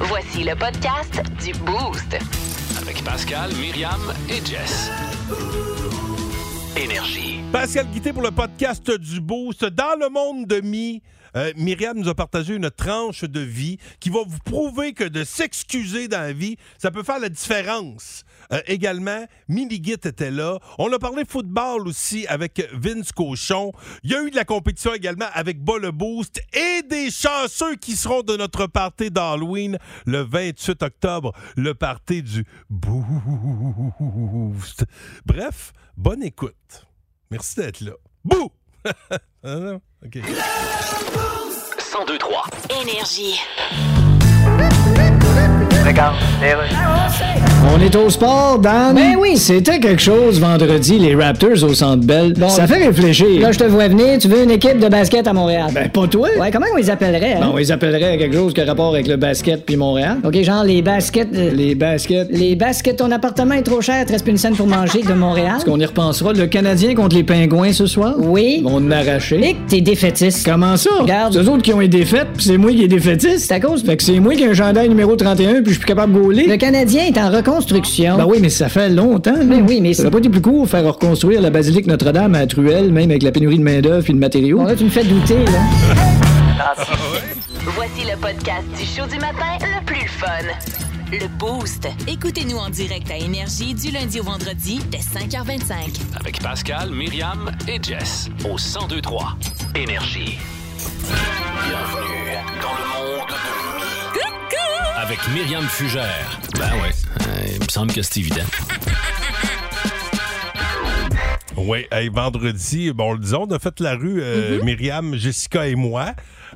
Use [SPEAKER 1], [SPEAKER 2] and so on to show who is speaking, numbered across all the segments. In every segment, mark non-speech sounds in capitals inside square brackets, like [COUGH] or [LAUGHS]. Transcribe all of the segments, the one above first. [SPEAKER 1] Voici le podcast du Boost.
[SPEAKER 2] Avec Pascal, Myriam et Jess. Énergie.
[SPEAKER 3] Pascal Guité pour le podcast du Boost. Dans le monde de Mi, euh, Myriam nous a partagé une tranche de vie qui va vous prouver que de s'excuser dans la vie, ça peut faire la différence. Euh, également, Minigit était là. On a parlé football aussi avec Vince Cochon. Il y a eu de la compétition également avec Bas le Boost et des chanceux qui seront de notre party d'Halloween le 28 octobre, le party du Boost. Bref, bonne écoute. Merci d'être là. Bouh! [LAUGHS] Ah non? OK.
[SPEAKER 2] 1023.
[SPEAKER 1] Énergie.
[SPEAKER 4] On est au sport, Dan. Ben oui. C'était quelque chose vendredi, les Raptors au Centre Bell. ça fait réfléchir.
[SPEAKER 5] Là, je te vois venir, tu veux une équipe de basket à Montréal.
[SPEAKER 4] ben, pas toi.
[SPEAKER 5] Ouais, comment on les appellerait, hein?
[SPEAKER 4] Non, ils appelleraient à quelque chose qui a rapport avec le basket puis Montréal.
[SPEAKER 5] OK, genre les baskets... euh, les...
[SPEAKER 4] Les baskets.
[SPEAKER 5] baskets, ton appartement est trop cher, te reste plus une scène pour manger de Montréal.
[SPEAKER 4] Est-ce qu'on y repensera? Le Canadien contre les Pingouins ce soir?
[SPEAKER 5] Oui.
[SPEAKER 4] On en a arraché.
[SPEAKER 5] Et que t'es défaitiste.
[SPEAKER 4] Comment ça?
[SPEAKER 5] Regarde.
[SPEAKER 4] C'est eux autres qui ont été défaites, puis c'est moi qui ai défaitiste.
[SPEAKER 5] C'est à cause-
[SPEAKER 4] Fait que c'est moi qui ai un chandail numéro 31, puis je suis plus capable de gauler.
[SPEAKER 5] Le Canadien est en reconstruction.
[SPEAKER 4] Ben oui, mais ça fait longtemps. là.
[SPEAKER 5] Ben oui, mais
[SPEAKER 4] Ça
[SPEAKER 5] c'est-
[SPEAKER 4] n'a pas été plus court faire reconstruire la basilique Notre-Dame à Truelle, même avec la pénurie de main-d'œuvre et de matériaux.
[SPEAKER 5] Bon, là, tu me fais douter, là.
[SPEAKER 1] Voici le podcast du show du matin le plus fun. Le Boost.
[SPEAKER 6] Écoutez-nous en direct à Énergie du lundi au vendredi dès 5h25.
[SPEAKER 2] Avec Pascal, Myriam et Jess. Au 1023. Énergie. Bienvenue dans le monde de Mi. Avec Myriam Fugère. Ben ouais. il me semble que c'est évident.
[SPEAKER 3] Oui, hey, vendredi, bon, on le disait, on a fait la rue, euh,
[SPEAKER 7] Mhm.
[SPEAKER 3] Myriam, Jessica et moi,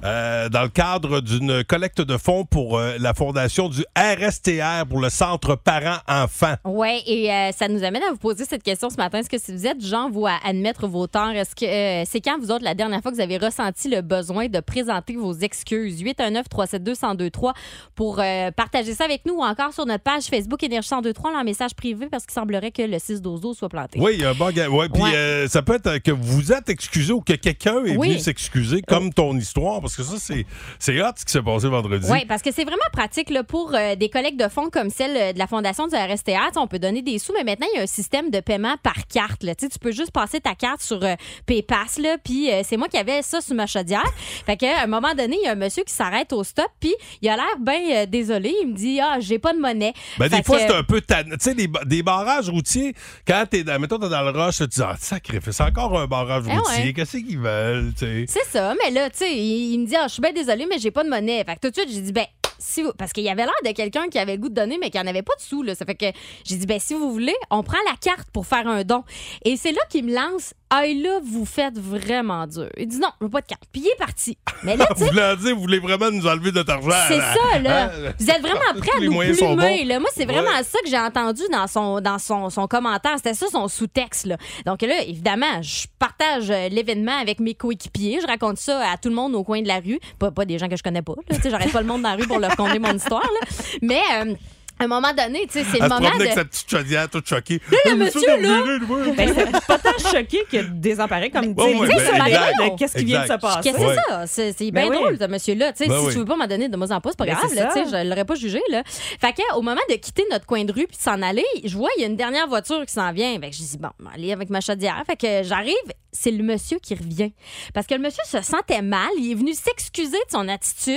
[SPEAKER 3] euh, dans le cadre d'une collecte de fonds pour euh, la fondation du RSTR pour le Centre Parents-Enfants.
[SPEAKER 7] Oui, et euh, ça nous amène à vous poser cette question ce matin. Est-ce que si vous êtes gens, vous, à admettre vos torts, est-ce que euh, c'est quand vous autres, la dernière fois que vous avez ressenti le besoin de présenter vos excuses? 819-372-1023 pour euh, partager ça avec nous ou encore sur notre page Facebook Énergie 1023, là, en message privé, parce qu'il semblerait que le 6 12 soit planté.
[SPEAKER 3] Oui, il y a un bon gars. Ouais, puis
[SPEAKER 7] Ouais.
[SPEAKER 3] euh, ça peut être euh, que vous êtes excusé ou que quelqu'un est
[SPEAKER 7] Oui. Euh.
[SPEAKER 3] venu s'excuser, comme ton histoire, parce que ça, c'est, c'est hot ce qui s'est passé vendredi.
[SPEAKER 7] Oui, parce que c'est vraiment pratique là, pour euh, des collègues de fonds comme celle euh, de la Fondation du RSTA. Tu sais, on peut donner des sous, mais maintenant, il y a un système de paiement par carte. Là. Tu sais, tu peux juste passer ta carte sur euh, PayPass. Là, puis euh, c'est moi qui avais ça sur ma chaudière. fait qu'à un moment donné, il y a un monsieur qui s'arrête au stop, puis il a l'air bien euh, désolé. Il me dit Ah, j'ai pas de monnaie.
[SPEAKER 3] Ben, des
[SPEAKER 7] Fait
[SPEAKER 3] fois,
[SPEAKER 7] que-
[SPEAKER 3] c'est un peu tannant. Tu sais, les ba- des barrages routiers, quand t'es dans, mettons, t'es dans le rush, tu te dis, ah, sacrifice, encore un barrage
[SPEAKER 7] Eh
[SPEAKER 3] routier,
[SPEAKER 7] ouais.
[SPEAKER 3] qu'est-ce qu'ils veulent, tu sais.
[SPEAKER 7] C'est ça, mais là, tu sais, il, il me dit Ah, Je suis bien désolé, mais j'ai pas de monnaie. Fait que tout de suite, j'ai dit Ben, si vous... parce qu'il y avait l'air de quelqu'un qui avait le goût de donner, mais qui en avait pas de sous. Là. Ça fait que j'ai dit Ben, si vous voulez, on prend la carte pour faire un don. Et c'est là qu'il me lance Ah, et là, vous faites vraiment dur. Il dit Non, je veux pas de carte. Puis il est parti. Mais là, [LAUGHS] tu
[SPEAKER 3] Vous
[SPEAKER 7] sais,
[SPEAKER 3] voulez dire, vous voulez vraiment nous enlever notre argent.
[SPEAKER 7] c'est
[SPEAKER 3] là.
[SPEAKER 7] ça, là.
[SPEAKER 3] Hein?
[SPEAKER 7] Vous êtes vraiment prêts à
[SPEAKER 3] Les
[SPEAKER 7] nous
[SPEAKER 3] moyens sont
[SPEAKER 7] plumer,
[SPEAKER 3] bons.
[SPEAKER 7] là. Moi, c'est vraiment
[SPEAKER 3] Ouais.
[SPEAKER 7] ça que j'ai entendu dans son, dans son, son commentaire. C'était ça, son sous-texte, là. Donc là, évidemment, je partage euh, l'événement avec mes coéquipiers. Je raconte ça à tout le monde au coin de la rue. Pas, pas des gens que je connais pas, là. Tu sais, j'arrête pas le monde dans la rue pour leur conter mon histoire, là. Mais... euh, à un moment donné, tu sais, c'est le
[SPEAKER 3] Elle se
[SPEAKER 7] moment
[SPEAKER 3] promenait avec
[SPEAKER 7] de...
[SPEAKER 3] sa petite chaudière, toute choquée.
[SPEAKER 7] le
[SPEAKER 3] Ah,
[SPEAKER 7] monsieur,
[SPEAKER 3] ça, vous
[SPEAKER 7] là.
[SPEAKER 3] voulez, oui, oui.
[SPEAKER 8] Ben, c'est pas tant choqué que désemparé, comme
[SPEAKER 3] Ouais,
[SPEAKER 8] dire
[SPEAKER 3] ouais,
[SPEAKER 7] Tu sais,
[SPEAKER 3] ben,
[SPEAKER 7] sur la
[SPEAKER 3] exact.
[SPEAKER 7] radio.
[SPEAKER 8] qu'est-ce qui vient de se
[SPEAKER 3] Exact.
[SPEAKER 8] passer.
[SPEAKER 7] Qu'est-ce que
[SPEAKER 3] Ouais.
[SPEAKER 7] c'est ça? C'est, c'est
[SPEAKER 8] Ben
[SPEAKER 7] bien
[SPEAKER 8] oui.
[SPEAKER 7] drôle, ce monsieur-là. Tu sais,
[SPEAKER 3] Ben
[SPEAKER 7] si
[SPEAKER 3] oui.
[SPEAKER 7] tu veux pas m'en donner de moi en pas, c'est pas
[SPEAKER 8] Ben,
[SPEAKER 7] grave.
[SPEAKER 8] c'est
[SPEAKER 7] là,
[SPEAKER 8] ça.
[SPEAKER 7] tu sais, je l'aurais pas jugé. Là. Fait que, au moment de quitter notre coin de rue puis de s'en aller, je vois, il y a une dernière voiture qui s'en vient. Fait que je dis, bon, je vais aller avec ma chaudière. Fait que j'arrive, c'est le monsieur qui revient. Parce que le monsieur se sentait mal. Il est venu s'excuser de son attitude.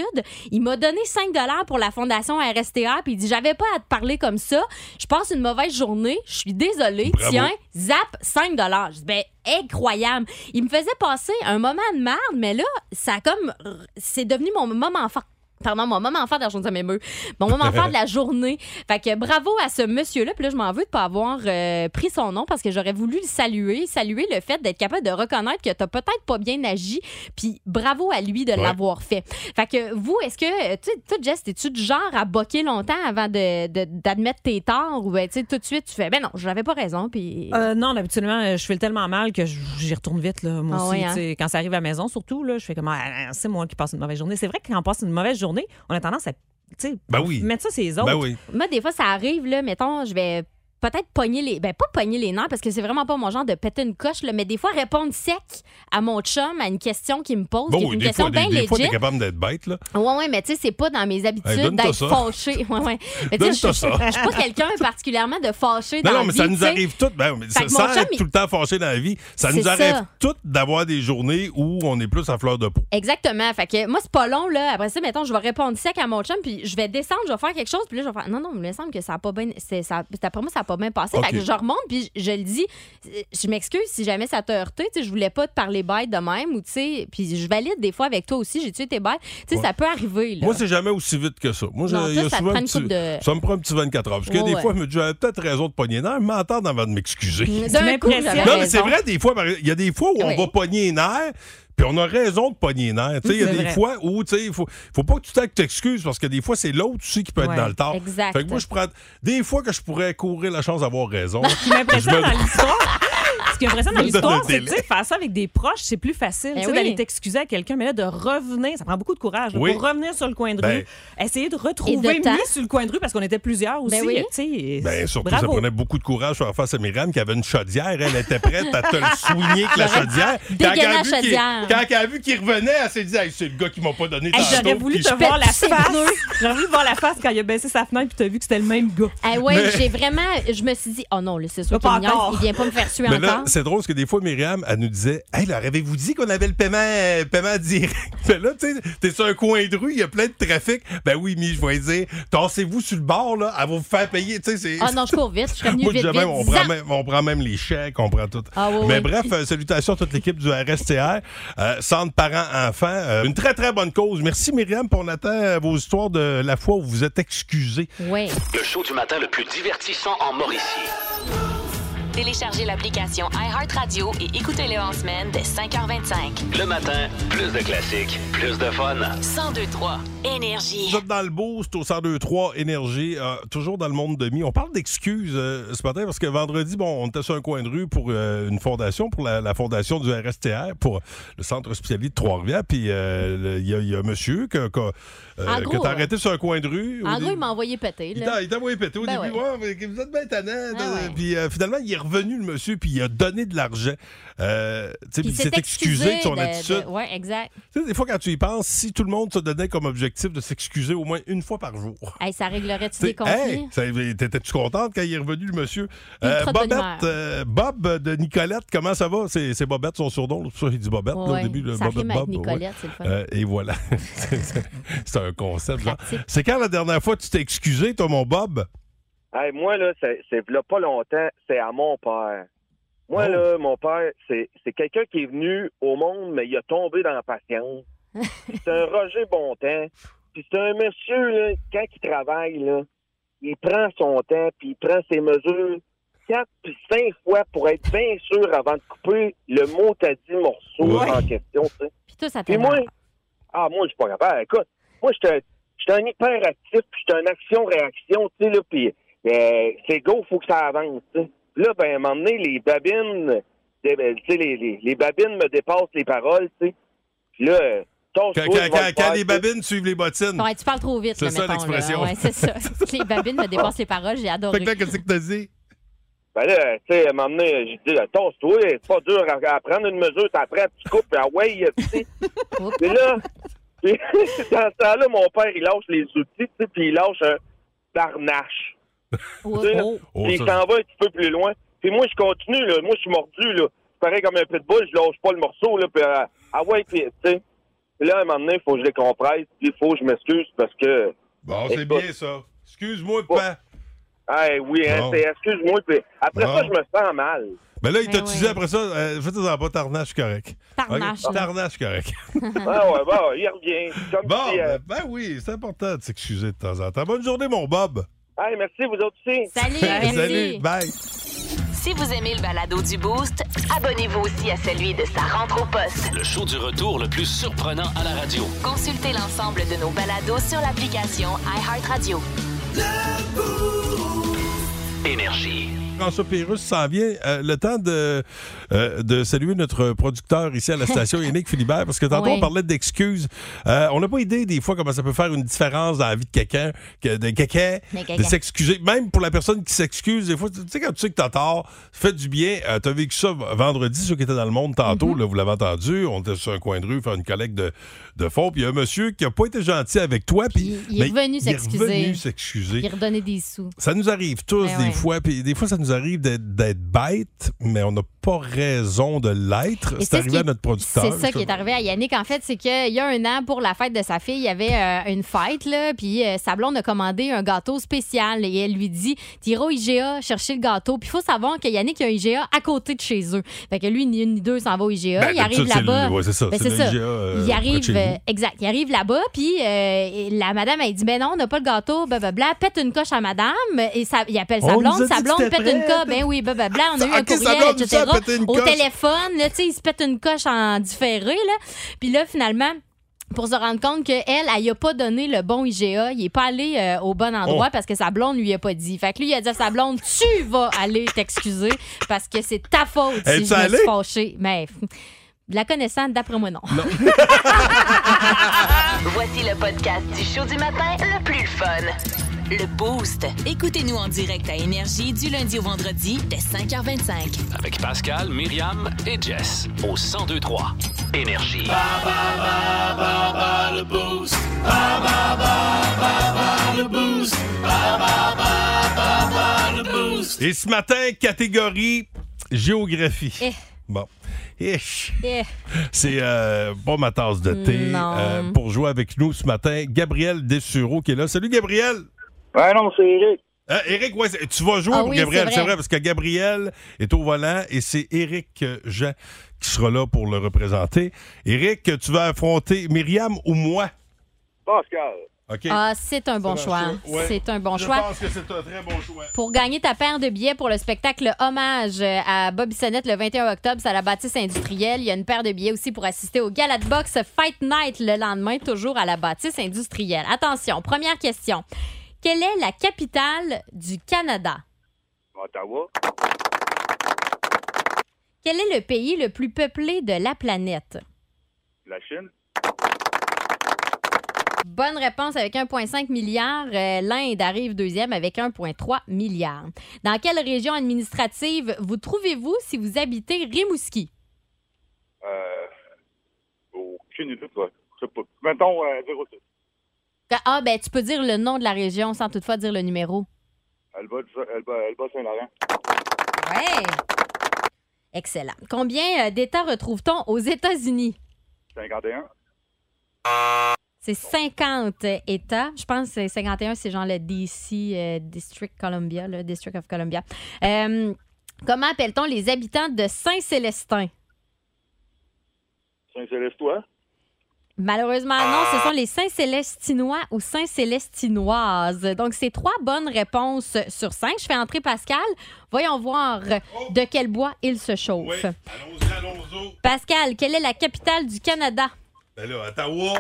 [SPEAKER 7] Il m'a donné 5 pour la fondation RSTA. Puis il dit, j'avais pas à te parler comme ça. Je passe une mauvaise journée. Je suis désolée.
[SPEAKER 3] Bravo.
[SPEAKER 7] Tiens, zap, 5 Je dis, ben, incroyable. Il me faisait passer un moment de merde, mais là, ça a comme. C'est devenu mon moment fort. Pardon, mon moment fort de la journée, ça m'émeut. Mon moment fort de la journée. Fait que bravo à ce monsieur-là. Puis là, je m'en veux de pas avoir euh, pris son nom parce que j'aurais voulu le saluer. Saluer le fait d'être capable de reconnaître que t'as peut-être pas bien agi. Puis bravo à lui de
[SPEAKER 3] Ouais.
[SPEAKER 7] l'avoir fait. Fait que vous, est-ce que. euh, Tu sais, toi, Jess, es-tu du genre à boquer longtemps avant de- de- d'admettre tes torts ou, ben, tu sais, tout de suite, tu fais, ben non, j'avais pas raison. Puis.
[SPEAKER 8] Euh, non, habituellement, euh, je fais tellement mal que j- j'y retourne vite. Là, moi
[SPEAKER 7] Ah
[SPEAKER 8] aussi,
[SPEAKER 7] ouais, hein?
[SPEAKER 8] tu sais, Quand ça arrive à la maison, surtout, là, je fais comme Ah, c'est moi qui passe une mauvaise journée. C'est vrai que quand on passe une mauvaise journée, on a tendance à tu sais,
[SPEAKER 3] Ben oui.
[SPEAKER 8] mettre ça sur les autres.
[SPEAKER 3] Ben oui.
[SPEAKER 7] Moi, des fois, ça arrive, là, mettons, je vais peut-être pogner les. Ben, pas pogner les nerfs parce que c'est vraiment pas mon genre de péter une coche, là, mais des fois répondre sec à mon chum à une question qu'il me pose. qui est
[SPEAKER 3] Bon,
[SPEAKER 7] une
[SPEAKER 3] Ben des
[SPEAKER 7] question
[SPEAKER 3] fois, des,
[SPEAKER 7] bien
[SPEAKER 3] des fois, t'es
[SPEAKER 7] legit.
[SPEAKER 3] capable d'être bête, là.
[SPEAKER 7] Ouais, ouais, mais tu sais, c'est pas dans mes habitudes
[SPEAKER 3] donne-toi
[SPEAKER 7] d'être
[SPEAKER 3] ça.
[SPEAKER 7] fâché. Ouais,
[SPEAKER 3] [LAUGHS]
[SPEAKER 7] ouais. Mais tu sais, je
[SPEAKER 3] Donne-toi
[SPEAKER 7] je-
[SPEAKER 3] ça.
[SPEAKER 7] je suis pas quelqu'un particulièrement de fâché dans
[SPEAKER 3] Non, non,
[SPEAKER 7] la
[SPEAKER 3] mais
[SPEAKER 7] vie,
[SPEAKER 3] ça nous
[SPEAKER 7] tu sais.
[SPEAKER 3] arrive toutes. Ben, mais
[SPEAKER 7] Fait
[SPEAKER 3] ça-
[SPEAKER 7] que mon
[SPEAKER 3] sans
[SPEAKER 7] chum,
[SPEAKER 3] être
[SPEAKER 7] il-
[SPEAKER 3] tout le temps fâché dans la vie, ça
[SPEAKER 7] C'est
[SPEAKER 3] nous arrive
[SPEAKER 7] ça.
[SPEAKER 3] toutes d'avoir des journées où on est plus à fleur de peau.
[SPEAKER 7] Exactement. Fait que moi, c'est pas long, là. Après ça, mettons, je vais répondre sec à mon chum, puis je vais descendre, je vais faire quelque chose, puis là, je vais faire. Non, non, mais il me semble que ça a pas bien. c'est- Ça, après moi, ça a pas bien passé.
[SPEAKER 3] Ok.
[SPEAKER 7] Fait que je remonte, puis je, je le dis. Je m'excuse si jamais ça t'a heurté. Tu sais, je voulais pas te parler bête de même, ou tu sais. Puis je valide des fois avec toi aussi, j'ai tué tes bêtes. Tu sais,
[SPEAKER 3] Ouais.
[SPEAKER 7] ça peut arriver, là.
[SPEAKER 3] Moi, c'est jamais aussi vite que ça.
[SPEAKER 7] Non,
[SPEAKER 3] Moi, je-
[SPEAKER 7] toi,
[SPEAKER 3] il y a
[SPEAKER 7] ça te
[SPEAKER 3] souvent
[SPEAKER 7] prend
[SPEAKER 3] un
[SPEAKER 7] une
[SPEAKER 3] petit-
[SPEAKER 7] couple de-
[SPEAKER 3] ça me prend un petit 24 heures. Parce que
[SPEAKER 7] Ouais,
[SPEAKER 3] des
[SPEAKER 7] ouais.
[SPEAKER 3] fois, je me dis, j'avais peut-être raison de pogner nerf, mais attendre avant de m'excuser.
[SPEAKER 7] D'un coup, j'avais
[SPEAKER 3] Non, mais c'est
[SPEAKER 7] raison.
[SPEAKER 3] vrai, des fois, par- il y a des fois où
[SPEAKER 7] Oui.
[SPEAKER 3] on va pogner les nerfs, puis on a raison de pogner les nerfs. Tu sais, Il y a
[SPEAKER 8] C'est
[SPEAKER 3] des
[SPEAKER 8] vrai.
[SPEAKER 3] fois où il faut, faut pas que tu t'ac- t'excuses, parce que des fois, c'est l'autre aussi qui peut être
[SPEAKER 8] Ouais.
[SPEAKER 3] dans le tort.
[SPEAKER 7] Exact.
[SPEAKER 3] Fait que moi, je prends des fois que je pourrais courir la chance d'avoir
[SPEAKER 7] [LAUGHS]
[SPEAKER 3] raison.
[SPEAKER 8] Ce qui m'impressionne
[SPEAKER 3] Je me- [LAUGHS]
[SPEAKER 8] dans l'histoire. Ce qui est impressionnant dans
[SPEAKER 3] Je me donne
[SPEAKER 8] l'histoire,
[SPEAKER 3] un
[SPEAKER 8] c'est
[SPEAKER 3] délai.
[SPEAKER 8] que tu sais, faire ça avec des proches, c'est plus facile.
[SPEAKER 7] Ben
[SPEAKER 8] tu sais,
[SPEAKER 7] oui.
[SPEAKER 8] D'aller t'excuser à quelqu'un, mais là, de revenir, ça prend beaucoup de courage. là,
[SPEAKER 3] Oui.
[SPEAKER 8] Pour revenir sur le coin de
[SPEAKER 3] Ben.
[SPEAKER 8] rue, essayer de retrouver
[SPEAKER 7] Et de temps.
[SPEAKER 8] mieux sur le coin de rue, parce qu'on était plusieurs aussi.
[SPEAKER 7] Ben oui.
[SPEAKER 8] tu sais, et-
[SPEAKER 3] Ben, surtout, ça
[SPEAKER 8] bravo.
[SPEAKER 3] prenait beaucoup de courage faire face à Myriam qui avait une chaudière. Elle était prête à te le souligner que la chaudière.
[SPEAKER 8] ah,
[SPEAKER 7] Dégaine
[SPEAKER 3] elle a
[SPEAKER 7] la
[SPEAKER 3] vu qu'il-
[SPEAKER 7] chaudière.
[SPEAKER 3] quand elle a vu qu'il revenait, elle s'est dit Hey, c'est le gars qui m'a pas donné
[SPEAKER 8] Hey,
[SPEAKER 3] tantôt,
[SPEAKER 8] J'aurais voulu
[SPEAKER 3] puis
[SPEAKER 8] te
[SPEAKER 3] je-
[SPEAKER 8] voir la
[SPEAKER 7] pète ses
[SPEAKER 8] face.
[SPEAKER 7] pneus.
[SPEAKER 8] J'aurais voulu voir la face quand il a baissé sa fenêtre puis t'as vu que c'était le même gars.
[SPEAKER 7] Ah ouais,
[SPEAKER 3] Mais-
[SPEAKER 7] j'ai vraiment. Je me suis dit, oh non, là, c'est sûr qu'il
[SPEAKER 8] Pas
[SPEAKER 7] me niaise,
[SPEAKER 8] encore.
[SPEAKER 7] il vient pas me faire suer
[SPEAKER 3] Mais là,
[SPEAKER 7] encore.
[SPEAKER 3] c'est drôle parce que des fois, Myriam, elle nous disait Hey, leur avez-vous dit qu'on avait le paiement, euh, paiement direct [LAUGHS] Mais là, tu sais, t'es sur un coin de rue, il y a plein de trafic. Ben oui, mais je vais dire Tassez-vous sur le bord, là, elle va vous faire payer. Tu sais, c'est.
[SPEAKER 7] Ah non, je cours vite, je suis comme
[SPEAKER 3] [LAUGHS] Moi,
[SPEAKER 7] vite,
[SPEAKER 3] je
[SPEAKER 7] vite.
[SPEAKER 3] dis même, on,
[SPEAKER 7] Zap!
[SPEAKER 3] prend même, on prend même les chèques, on prend tout.
[SPEAKER 7] Ah oui,
[SPEAKER 3] Mais
[SPEAKER 7] oui.
[SPEAKER 3] bref, euh, salutations à toute l'équipe du RSTR, euh, Centre Parents-Enfants. euh, une très, très bonne cause. Merci, Myriam, pour on attend euh, vos histoires de la fois où vous êtes excusés.
[SPEAKER 7] Ouais.
[SPEAKER 2] Le show du matin le plus divertissant en Mauricie.
[SPEAKER 6] Téléchargez l'application iHeartRadio et écoutez-le en semaine dès 5h25.
[SPEAKER 2] Le matin, plus de classiques, plus de fun.
[SPEAKER 6] 1023 Énergie.
[SPEAKER 3] Vous êtes dans le boost au 102-3 Énergie, euh, toujours dans le monde de mi. On parle d'excuses euh, ce matin parce que vendredi, bon, on était sur un coin de rue pour euh, une fondation, pour la, la fondation du RSTR, pour le centre hospitalier de Trois-Rivières. Puis euh, le- il y, a- il y a un monsieur que, que, euh,
[SPEAKER 7] En
[SPEAKER 3] que
[SPEAKER 7] gros,
[SPEAKER 3] t'as arrêté sur un coin de rue. au
[SPEAKER 7] En gros,
[SPEAKER 3] début.
[SPEAKER 7] il m'a envoyé péter.
[SPEAKER 3] Il
[SPEAKER 7] Là.
[SPEAKER 3] t'a- il t'a envoyé péter au
[SPEAKER 7] Ben
[SPEAKER 3] début.
[SPEAKER 7] ouais.
[SPEAKER 3] Ouais, mais vous êtes bien tannant.
[SPEAKER 7] Ah ouais.
[SPEAKER 3] Puis euh, finalement, il est revenu, le monsieur, puis il a donné de l'argent. Euh, tu sais, puis
[SPEAKER 7] Puis
[SPEAKER 3] il s'est excusé de son attitude.
[SPEAKER 7] Oui, exact.
[SPEAKER 3] Tu sais, des fois, quand tu y penses, si tout le monde se donnait comme objectif de s'excuser au moins une fois par jour.
[SPEAKER 7] Hey, ça réglerait-tu
[SPEAKER 3] Tu
[SPEAKER 7] des
[SPEAKER 3] sais,
[SPEAKER 7] conflits?
[SPEAKER 3] hey, ça- T'étais-tu contente quand il est revenu, le monsieur? Euh,
[SPEAKER 7] Ultra de bonne humeur.
[SPEAKER 3] Bobette, euh, Bob de Nicolette, comment ça va? C'est c'est Bobette, son surnom. C'est pour ça qu'il dit Bobette là,
[SPEAKER 7] Ouais,
[SPEAKER 3] au début. le
[SPEAKER 7] ça
[SPEAKER 3] Bobette,
[SPEAKER 7] rime avec
[SPEAKER 3] Bob, ouais.
[SPEAKER 7] Nicolette, hein. c'est le fun.
[SPEAKER 3] Euh, et voilà. [LAUGHS] C'est- c'est- C'est un concept. genre.
[SPEAKER 7] Pratique.
[SPEAKER 3] C'est quand la dernière fois tu t'es excusé, toi, mon Bob?
[SPEAKER 9] Hey, moi, là, c'est c'est là pas longtemps, c'est à mon père. Moi,
[SPEAKER 3] Oh.
[SPEAKER 9] là, mon père, c'est c'est quelqu'un qui est venu au monde, mais il a tombé dans la
[SPEAKER 3] [LAUGHS]
[SPEAKER 9] patience. c'est un Roger Bontemps. Puis c'est un monsieur, là, quand il travaille, là, il prend son temps, puis il prend ses mesures quatre puis cinq fois pour être bien sûr avant de couper le mot à dit morceau
[SPEAKER 3] Ouais.
[SPEAKER 9] en question. tu sais.
[SPEAKER 7] Puis toi, ça
[SPEAKER 9] Puis
[SPEAKER 7] t'énerve.
[SPEAKER 9] moi, ah, moi, je suis pas capable. Écoute, moi, j'étais j'étais un hyperactif, puis j'étais un action-réaction, tu sais, là, puis euh, c'est go, faut que ça avance, tu sais. Puis Là, ben, à un moment donné, les babines, des- ben, tu sais, les, les, les babines me dépassent les paroles, tu sais. Puis là, euh,
[SPEAKER 3] Quand,
[SPEAKER 9] tasse-toi,
[SPEAKER 3] quand-
[SPEAKER 9] je vais
[SPEAKER 3] quand-
[SPEAKER 9] le
[SPEAKER 3] quand
[SPEAKER 9] faire,
[SPEAKER 3] les
[SPEAKER 9] tu sais.
[SPEAKER 3] babines suivent les bottines.
[SPEAKER 7] Ouais, tu parles trop vite,
[SPEAKER 3] C'est
[SPEAKER 7] là,
[SPEAKER 3] ça,
[SPEAKER 7] mettons, là.
[SPEAKER 3] l'expression.
[SPEAKER 7] Ouais, c'est ça. [LAUGHS] Les babines me dépassent les paroles, j'ai adoré.
[SPEAKER 3] Fait que là, qu'est-ce que t'as dit?
[SPEAKER 9] Ben là, tu sais, à un moment donné, j'ai dit, tasse-toi, c'est pas dur à, à prendre une mesure, t'apprends, tu coupes, puis ah ouais, tu sais.
[SPEAKER 7] Oups.
[SPEAKER 9] Puis là, [LAUGHS] puis dans ce temps-là, mon père, il lâche les outils, tu sais, puis il lâche un barnache.
[SPEAKER 7] Oups.
[SPEAKER 9] tu sais,
[SPEAKER 3] Oh,
[SPEAKER 9] puis il
[SPEAKER 3] ça-
[SPEAKER 9] s'en va un petit peu plus loin. Puis moi, je continue, là. Moi, je suis mordu, là. Je parais comme un pitbull, je lâche pas le morceau, là. Puis, euh, ah ouais, puis, tu sais. Puis là, à un moment donné, il faut que je les compresse, puis il faut que je m'excuse parce que,
[SPEAKER 3] Bon, c'est
[SPEAKER 9] Écoute.
[SPEAKER 3] bien ça. Excuse-moi, papa.
[SPEAKER 9] hey, oui, hein,
[SPEAKER 3] Bon.
[SPEAKER 9] c'est excuse-moi, puis après
[SPEAKER 3] Bon.
[SPEAKER 9] ça, je me sens
[SPEAKER 10] [LAUGHS]
[SPEAKER 9] mal.
[SPEAKER 3] Mais là, il
[SPEAKER 7] Ben
[SPEAKER 3] t'a dit
[SPEAKER 7] ouais.
[SPEAKER 3] après ça, euh, fais-toi-en pas, tarnache correct.
[SPEAKER 7] Tarnache,
[SPEAKER 3] Ok?
[SPEAKER 7] là.
[SPEAKER 3] Tarnache correct.
[SPEAKER 9] ah ouais, bon, il revient. Comme
[SPEAKER 3] Bon,
[SPEAKER 9] si, euh,
[SPEAKER 3] ben, ben oui, c'est important de s'excuser de temps en temps. Bonne journée, mon Bob.
[SPEAKER 9] hey, merci, vous autres aussi.
[SPEAKER 7] Salut, merci.
[SPEAKER 3] Salut, bye.
[SPEAKER 6] Si vous aimez le balado du Boost,
[SPEAKER 1] Abonnez-vous aussi à celui de sa rentre au poste.
[SPEAKER 2] Le show du retour le plus surprenant à la radio.
[SPEAKER 6] consultez l'ensemble de nos balados sur l'application iHeartRadio.
[SPEAKER 2] Énergie.
[SPEAKER 3] François Pérus s'en vient. Euh, le temps de, euh, de saluer notre producteur ici à
[SPEAKER 7] [LAUGHS]
[SPEAKER 3] la station, Yannick Philibert, parce que tantôt
[SPEAKER 7] Oui.
[SPEAKER 3] on parlait d'excuses. Euh, on n'a pas idée des fois comment ça peut faire une différence dans la vie de quelqu'un, que- de quelqu'un,
[SPEAKER 7] Mais quelqu'un.
[SPEAKER 3] de s'excuser. Même pour la personne qui s'excuse, des fois, tu sais, quand tu sais que t'as tort, fais du bien. Euh, t'as vécu ça v- vendredi, ceux qui étaient dans le monde tantôt,
[SPEAKER 7] Mm-hmm.
[SPEAKER 3] là, vous l'avez entendu. On était sur un coin de rue, faire une collecte de, de fonds. Puis il y a un monsieur qui n'a pas été gentil avec toi. Puis,
[SPEAKER 7] il est
[SPEAKER 3] mais
[SPEAKER 7] revenu s'excuser.
[SPEAKER 3] Il est revenu s'excuser.
[SPEAKER 7] Il redonnait des sous.
[SPEAKER 3] Ça nous arrive tous
[SPEAKER 7] Ben
[SPEAKER 3] des
[SPEAKER 7] ouais.
[SPEAKER 3] fois, puis des fois ça nous arrive d'être, d'être bête, mais on n'a pas raison de l'être.
[SPEAKER 7] Et
[SPEAKER 3] C'est,
[SPEAKER 7] c'est ce
[SPEAKER 3] arrivé
[SPEAKER 7] qui-
[SPEAKER 3] à notre producteur.
[SPEAKER 7] C'est ça qui est arrivé à Yannick. En fait, c'est qu'il y a un an, pour la fête de sa fille, il y avait euh, une fête, là, puis euh, sa blonde a commandé un gâteau spécial et elle lui dit T'iras au IGA chercher le gâteau. Puis il faut savoir que Yannick il y a un IGA à côté de chez eux. Fait que lui, ni une ni deux, s'en va au IGA.
[SPEAKER 3] Ben,
[SPEAKER 7] il arrive
[SPEAKER 3] d'habitude, c'est le-
[SPEAKER 7] là-bas.
[SPEAKER 3] ouais, c'est ça.
[SPEAKER 7] Ben,
[SPEAKER 3] c'est
[SPEAKER 7] c'est
[SPEAKER 3] le
[SPEAKER 7] ça.
[SPEAKER 3] IGA, euh,
[SPEAKER 7] Il
[SPEAKER 3] près de
[SPEAKER 7] arrive,
[SPEAKER 3] chez nous.
[SPEAKER 7] euh, exact, il arrive là-bas, puis euh, la madame, elle dit, ben non, on n'a pas le gâteau, blablabla, pète une coche à madame, et ça, il appelle sa
[SPEAKER 3] On nous a
[SPEAKER 7] blonde,
[SPEAKER 3] dit
[SPEAKER 7] sa
[SPEAKER 3] que
[SPEAKER 7] blonde
[SPEAKER 3] t'étais
[SPEAKER 7] pète une
[SPEAKER 3] prête.
[SPEAKER 7] coche, ben oui, blablabla, on a eu un
[SPEAKER 3] Ah, Ok, sa
[SPEAKER 7] courriel,
[SPEAKER 3] blonde nous a
[SPEAKER 7] etc.
[SPEAKER 3] pété une
[SPEAKER 7] Au
[SPEAKER 3] coche.
[SPEAKER 7] téléphone, là, tu sais, il se pète une coche en différé, là, puis là, finalement... Pour se rendre compte qu'elle, elle n'a pas donné le bon IGA, il n'est pas allé euh, au bon
[SPEAKER 3] Oh.
[SPEAKER 7] endroit parce que sa blonde lui a pas dit. Fait que lui, il a dit à sa blonde Tu vas aller t'excuser parce que c'est ta faute si
[SPEAKER 3] Es-tu
[SPEAKER 7] je me
[SPEAKER 3] allée?
[SPEAKER 7] suis fâchée. Mais pff, la connaissant, d'après moi, non.
[SPEAKER 1] Voici le podcast du show du matin le plus fun. Le Boost.
[SPEAKER 6] Écoutez-nous en direct à Énergie du lundi au vendredi dès 5h25.
[SPEAKER 2] Avec Pascal, Myriam et Jess au 1023 Énergie.
[SPEAKER 3] Et ce matin, catégorie géographie.
[SPEAKER 7] Eh.
[SPEAKER 3] Bon. Ich.
[SPEAKER 7] Eh.
[SPEAKER 3] C'est euh, pas ma tasse de thé.
[SPEAKER 7] Non.
[SPEAKER 3] Euh, pour jouer avec nous ce matin, Gabriel Dessureau qui est là. Salut Gabriel!
[SPEAKER 9] Ouais, non, c'est Eric.
[SPEAKER 3] Euh, Eric, ouais, c'est- tu vas jouer
[SPEAKER 7] Ah
[SPEAKER 3] pour
[SPEAKER 7] oui,
[SPEAKER 3] Gabriel,
[SPEAKER 7] c'est vrai.
[SPEAKER 3] c'est vrai. parce que Gabriel est au volant et c'est Eric euh, Jean qui sera là pour le représenter. Eric, tu vas affronter Myriam ou moi?
[SPEAKER 9] Pascal.
[SPEAKER 3] OK.
[SPEAKER 7] Ah, c'est un bon choix.
[SPEAKER 3] Ouais.
[SPEAKER 7] C'est un bon
[SPEAKER 3] Je
[SPEAKER 7] choix.
[SPEAKER 3] pense que c'est un très bon choix.
[SPEAKER 7] Pour gagner ta paire de billets pour le spectacle Hommage euh, à Bobby Sonnette le 21 octobre, c'est à la bâtisse industrielle. Il y a une paire de billets aussi pour assister au Gala de boxe Fight Night le lendemain, toujours à la bâtisse industrielle. Attention, première question. Quelle est la capitale du Canada?
[SPEAKER 9] Ottawa.
[SPEAKER 7] Quel est le pays le plus peuplé de la planète?
[SPEAKER 9] La Chine.
[SPEAKER 7] Bonne réponse avec 1,5 milliard. Euh, L'Inde arrive deuxième avec 1,3 milliard. Dans quelle région administrative vous trouvez-vous si vous habitez Rimouski?
[SPEAKER 9] Euh, aucune idée. ouais. Je sais pas. Mettons euh, 06.
[SPEAKER 7] Ah, ben, tu peux dire le nom de la région sans toutefois dire le numéro.
[SPEAKER 9] Alba, Alba, Alba Saint-Laurent.
[SPEAKER 7] Ouais. Excellent. Combien euh, d'États retrouve-t-on aux États-Unis?
[SPEAKER 9] 51.
[SPEAKER 7] C'est 50 États. Je pense que c'est 51, c'est genre le DC, euh, District Columbia, le District of Columbia. Euh, comment appelle-t-on les habitants de Saint-Célestin?
[SPEAKER 9] Saint-Céleste-Toi.
[SPEAKER 7] Malheureusement, non, ce sont les Saint-Célestinois ou Saint-Célestinoises. Donc, c'est trois bonnes réponses sur cinq. Je fais entrer Pascal. Voyons voir de quel bois il se chauffe.
[SPEAKER 3] Oui. Allons-y, allons-y.
[SPEAKER 7] Pascal, quelle est la capitale du Canada?
[SPEAKER 3] Ben là, Ottawa,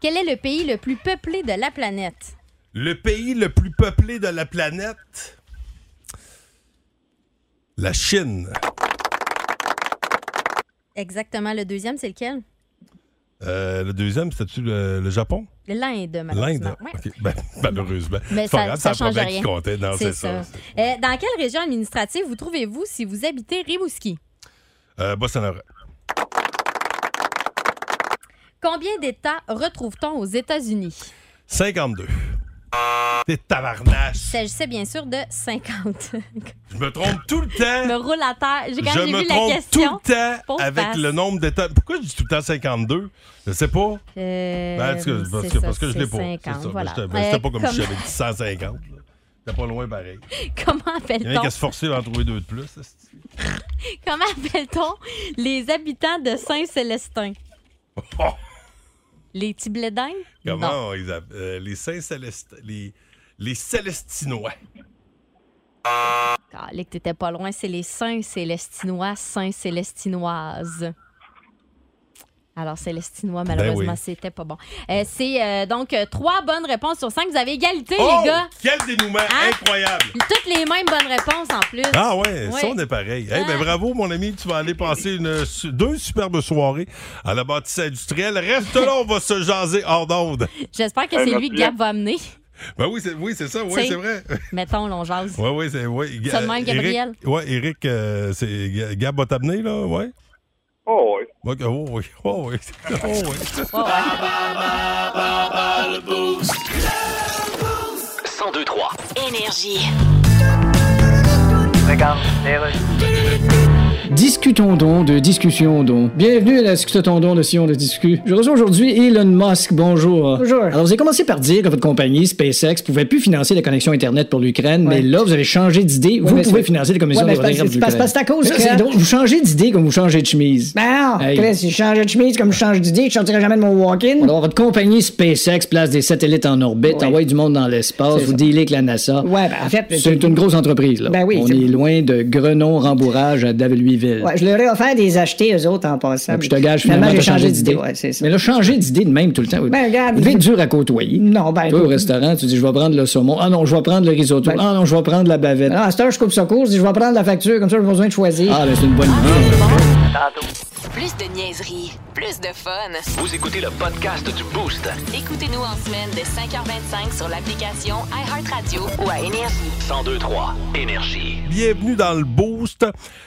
[SPEAKER 7] Quel est le pays le plus peuplé de la planète?
[SPEAKER 3] le pays le plus peuplé de la planète. La Chine.
[SPEAKER 7] Exactement, le deuxième, c'est lequel?
[SPEAKER 3] Euh, le deuxième, c'était-tu le, le Japon?
[SPEAKER 7] L'Inde, malheureusement.
[SPEAKER 3] L'Inde.
[SPEAKER 7] Ouais.
[SPEAKER 3] OK. Ben, [LAUGHS] malheureusement.
[SPEAKER 7] Mais
[SPEAKER 3] C'est pas
[SPEAKER 7] ça-
[SPEAKER 3] grave,
[SPEAKER 7] ça
[SPEAKER 3] c'est la
[SPEAKER 7] change
[SPEAKER 3] première
[SPEAKER 7] rien.
[SPEAKER 3] qui comptait. Non, c'est,
[SPEAKER 7] C'est ça.
[SPEAKER 3] ça.
[SPEAKER 7] Euh, dans quelle région administrative vous trouvez-vous si vous habitez Rimouski?
[SPEAKER 3] Euh, Boston-Laurent.
[SPEAKER 7] Combien d'États retrouve-t-on aux États-Unis?
[SPEAKER 3] 52. T'es tabarnache.
[SPEAKER 7] Il s'agissait bien sûr de 50.
[SPEAKER 3] Je me trompe tout
[SPEAKER 7] [LAUGHS]
[SPEAKER 3] le
[SPEAKER 7] me
[SPEAKER 3] temps.
[SPEAKER 7] roule à terre. J'ai- Quand
[SPEAKER 3] je
[SPEAKER 7] j'ai
[SPEAKER 3] me
[SPEAKER 7] vu
[SPEAKER 3] trompe
[SPEAKER 7] la
[SPEAKER 3] tout
[SPEAKER 7] question.
[SPEAKER 3] le temps
[SPEAKER 7] Pauvre
[SPEAKER 3] avec
[SPEAKER 7] face.
[SPEAKER 3] le nombre d'états. Pourquoi je dis tout le temps 52? Je sais pas.
[SPEAKER 7] Euh,
[SPEAKER 3] Ben, parce que, parce
[SPEAKER 7] c'est
[SPEAKER 3] que-
[SPEAKER 7] ça,
[SPEAKER 3] parce que je l'ai
[SPEAKER 7] c'est
[SPEAKER 3] pas. C'est
[SPEAKER 7] 50,
[SPEAKER 3] ça.
[SPEAKER 7] voilà.
[SPEAKER 3] C'était- C'était pas
[SPEAKER 7] Euh,
[SPEAKER 3] comme si j'avais dit 150. là. C'était pas loin pareil.
[SPEAKER 7] [LAUGHS] Comment
[SPEAKER 3] Il y en a
[SPEAKER 7] appelle-t-on
[SPEAKER 3] qui a se forcer à en trouver deux de plus. ça, c'est-
[SPEAKER 7] comment appelle-t-on les habitants de Saint-Célestin?
[SPEAKER 3] Oh!
[SPEAKER 7] Les Tiblédins? Non.
[SPEAKER 3] Comment on les appelle? Euh, les Saint-Célestin. Les, les Célestinois.
[SPEAKER 7] Ah, les que t'étais pas loin, c'est les Saint-Célestinois, Saint-Célestinoises. Alors, Célestinois, malheureusement,
[SPEAKER 3] Ben oui.
[SPEAKER 7] c'était pas bon. Euh, c'est euh, donc euh, trois bonnes réponses sur cinq. Vous avez égalité,
[SPEAKER 3] Oh!
[SPEAKER 7] les gars.
[SPEAKER 3] Quel dénouement
[SPEAKER 7] Hein?
[SPEAKER 3] incroyable!
[SPEAKER 7] Toutes les mêmes bonnes réponses en plus.
[SPEAKER 3] Ah ouais,
[SPEAKER 7] Ouais.
[SPEAKER 3] ça on est pareil. Eh ben
[SPEAKER 7] Ah.
[SPEAKER 3] bravo mon ami, tu vas aller passer une, su- deux superbes soirées à la bâtisse industrielle. Reste là, on va se jaser hors d'onde.
[SPEAKER 7] J'espère que
[SPEAKER 9] Ouais,
[SPEAKER 7] c'est
[SPEAKER 9] merci.
[SPEAKER 7] lui que Gab va amener.
[SPEAKER 3] Ben oui, c'est oui, c'est ça, oui,
[SPEAKER 7] C'est-
[SPEAKER 3] c'est vrai. [LAUGHS]
[SPEAKER 7] Mettons, l'on jase.
[SPEAKER 3] Oui, oui, c'est oui. Ga-
[SPEAKER 7] Seulement Gabriel.
[SPEAKER 3] Eric, ouais, Eric euh, c'est Ga- Gab va t'amener là, ouais.
[SPEAKER 9] Oh, ouais.
[SPEAKER 3] Ok, Oh oui, oh oui, [LAUGHS] oh oui.
[SPEAKER 7] Ouais, ouais.
[SPEAKER 2] 1023.
[SPEAKER 6] Énergie.
[SPEAKER 4] Discutons donc de discussion donc. Bienvenue à la discutons donc de Sion de Discu. Je reçois aujourd'hui Elon Musk. Bonjour.
[SPEAKER 5] Bonjour.
[SPEAKER 4] Alors, vous avez commencé par dire que votre compagnie, SpaceX, pouvait plus financer la connexion Internet pour l'l'Ukraine,
[SPEAKER 5] Ouais.
[SPEAKER 4] mais là, vous avez changé d'idée. vous
[SPEAKER 5] mais
[SPEAKER 4] pouvez
[SPEAKER 5] c'est-
[SPEAKER 4] financer la commission
[SPEAKER 5] Ouais, mais
[SPEAKER 4] de
[SPEAKER 5] c'est parce-
[SPEAKER 4] l'Ukraine.
[SPEAKER 5] c'est parce- parce que c'est à cause
[SPEAKER 4] Mais là,
[SPEAKER 5] que-
[SPEAKER 4] c'est drôle, Vous changez d'idée comme vous changez de chemise.
[SPEAKER 5] Ben non,
[SPEAKER 4] Hey.
[SPEAKER 5] Chris, si je changeais de chemise comme je change d'idée, je sortirais jamais de mon walk-in.
[SPEAKER 4] Alors, votre compagnie SpaceX place des satellites en orbite,
[SPEAKER 5] Ouais.
[SPEAKER 4] envoie du monde dans l'espace,
[SPEAKER 5] C'est
[SPEAKER 4] vous
[SPEAKER 5] ça.
[SPEAKER 4] dealez avec la NASA.
[SPEAKER 5] Ouais, ben en fait,
[SPEAKER 4] C'est une grosse entreprise, là.
[SPEAKER 5] Ben oui,
[SPEAKER 4] On
[SPEAKER 5] c'est-
[SPEAKER 4] est loin de Grenon-Rembourrage à Daveluiville.
[SPEAKER 5] ouais, je leur ai offert des acheter eux autres en passant.
[SPEAKER 4] Ah, puis je te gage, finalement,
[SPEAKER 5] j'ai
[SPEAKER 4] t'as
[SPEAKER 5] changé d'idée. Ouais, c'est ça.
[SPEAKER 4] Mais là, changer d'idée de même tout le temps. oui.
[SPEAKER 5] Ben, regarde.
[SPEAKER 4] Vous devez être dur à côtoyer.
[SPEAKER 5] Non, ben.
[SPEAKER 4] Toi, au restaurant, tu dis, je vais prendre le saumon. Ah non, je vais prendre le risotto.
[SPEAKER 5] Ben-
[SPEAKER 4] Ah non, je vais prendre la bavette.
[SPEAKER 5] Non, à cette heure, je coupe ça court, je dis, je vais prendre la facture, comme ça, j'ai pas besoin de choisir.
[SPEAKER 4] Ah, ben, c'est une bonne idée.
[SPEAKER 6] Plus de niaiserie, plus de fun.
[SPEAKER 2] Vous écoutez le podcast du Boost.
[SPEAKER 6] Écoutez-nous en semaine de 5h25 sur l'application iHeartRadio ou à Énergie.
[SPEAKER 2] 1023. Énergie.
[SPEAKER 3] Bienvenue dans le boost.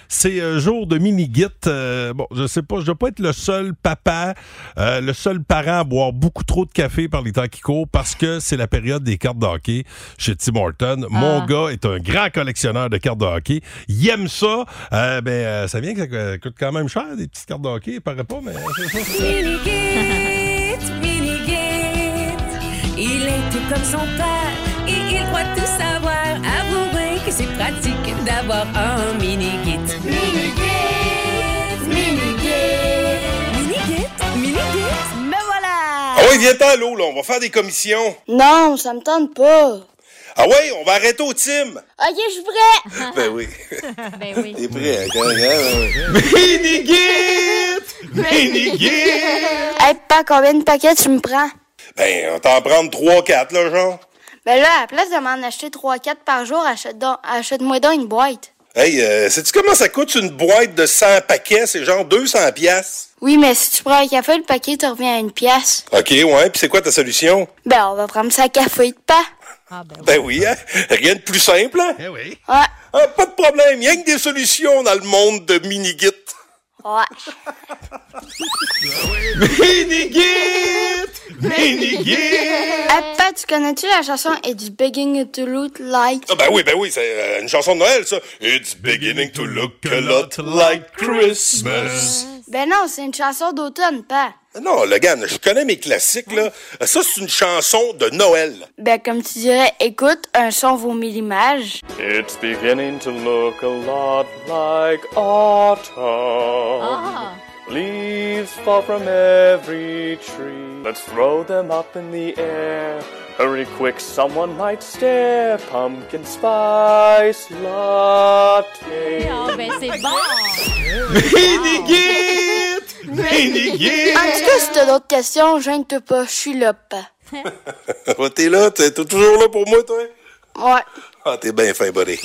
[SPEAKER 3] C'est un jour de mini-git. Euh, bon, je sais pas, je dois pas être le seul papa, euh, le seul parent à boire beaucoup trop de café par les temps qui courent parce que c'est la période des cartes de hockey chez Tim Horton. Mon
[SPEAKER 7] Ah.
[SPEAKER 3] gars est un grand collectionneur de cartes de hockey. Il aime ça. Euh, ben, euh, ça vient que ça co- coûte quand même cher, des petites cartes de hockey. Il paraît pas, mais...
[SPEAKER 6] Il est tout comme son père et il croit tout savoir. Avouez que c'est pratique d'avoir un mini-git. Mini-git, mini-git. Mini-git, mini-git, me voilà!
[SPEAKER 3] Ah oui, viens à l'eau, là. On va faire des commissions.
[SPEAKER 10] Non, ça me tente pas.
[SPEAKER 3] Ah ouais, on va arrêter au Tim.
[SPEAKER 10] Ok, je suis prêt.
[SPEAKER 3] [LAUGHS] Ben oui.
[SPEAKER 7] [LAUGHS] Ben oui.
[SPEAKER 3] T'es prêt, hein, Mini-git! Mini-git!
[SPEAKER 10] Hey, pas combien de paquets tu me prends?
[SPEAKER 3] Ben, on t'en prend 3-4, là, genre.
[SPEAKER 10] Ben là, à la place de m'en acheter 3-4 par jour, achète donc- achète-moi donc une boîte.
[SPEAKER 3] Hey, euh, sais-tu comment ça coûte une boîte de 100 paquets? C'est genre 200 piastres.
[SPEAKER 10] Oui, mais si tu prends un café, le paquet te revient à une pièce.
[SPEAKER 3] OK, ouais, puis c'est quoi ta solution?
[SPEAKER 10] Ben, on va prendre ça à café de pas.
[SPEAKER 7] Ah, ben oui.
[SPEAKER 3] Ben oui, hein? Rien de plus simple, hein?
[SPEAKER 10] Ouais,
[SPEAKER 3] Ah, pas de problème, rien que des solutions dans le monde de mini-git.
[SPEAKER 10] ouais.
[SPEAKER 3] Mini-git! Mini-git!
[SPEAKER 10] Hey, Pat, tu connais-tu la chanson It's beginning to look like?
[SPEAKER 3] Ah, ben oui, ben oui, c'est euh, une chanson de Noël, ça. It's beginning to look a lot like Christmas.
[SPEAKER 10] Ben non, c'est une chanson d'automne, pas.
[SPEAKER 3] Non, Logan, je connais mes classiques, là. Ça, c'est une chanson de Noël.
[SPEAKER 10] Ben, comme tu dirais, écoute, un son vaut mille images.
[SPEAKER 9] It's beginning to look a lot like autumn.
[SPEAKER 7] Ah,
[SPEAKER 9] Leaves fall from every tree. Let's throw them up in the air. Hurry quick, someone might stare. Pumpkin spice latte.
[SPEAKER 7] Ah, ben c'est bon.
[SPEAKER 3] Mini-git! Mini-git!
[SPEAKER 10] En tout cas, si t'as d'autres questions, gêne-toi pas, je suis là, pas.
[SPEAKER 3] Oh, t'es là, t'es t'es toujours là pour moi, toi?
[SPEAKER 10] Ouais.
[SPEAKER 3] Ah, t'es bien fin, buddy.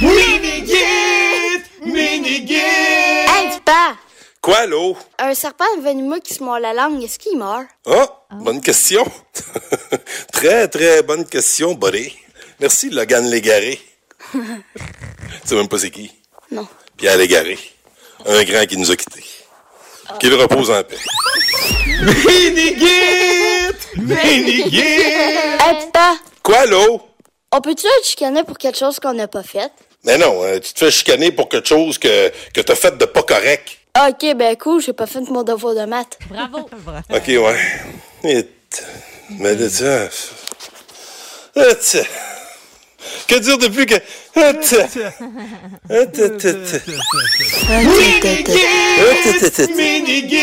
[SPEAKER 3] Mini-git! Mini-git!
[SPEAKER 10] Hey, pas.
[SPEAKER 3] Quoi, l'eau?
[SPEAKER 10] Un serpent venimeux qui se mord la langue, est-ce qu'il meurt?
[SPEAKER 3] Ah, bonne question. [LAUGHS] très, très bonne question, buddy. Merci, Logan
[SPEAKER 10] [LAUGHS]
[SPEAKER 3] Légaré. tu sais même pas c'est qui?
[SPEAKER 10] Non.
[SPEAKER 3] Pierre Légaré. Un grand qui nous a quittés.
[SPEAKER 10] Ah.
[SPEAKER 3] Qu'il repose en paix. Mini-git! Mini-git!
[SPEAKER 10] Hey, papa,
[SPEAKER 3] Quoi, l'eau?
[SPEAKER 10] on peut-tu être chicané pour quelque chose qu'on n'a pas fait?
[SPEAKER 3] Mais non, euh, tu te fais chicaner pour quelque chose que, que t'as fait de pas correct.
[SPEAKER 10] Ok, ben cool, j'ai pas fait mon devoir de maths. [LAUGHS]
[SPEAKER 7] Bravo.
[SPEAKER 3] OK, ouais. Et t- Mais là, tu vois, là, tu- Que dire de plus que... là, tu- là, tu- tu- tu- là, tu- tu- tu-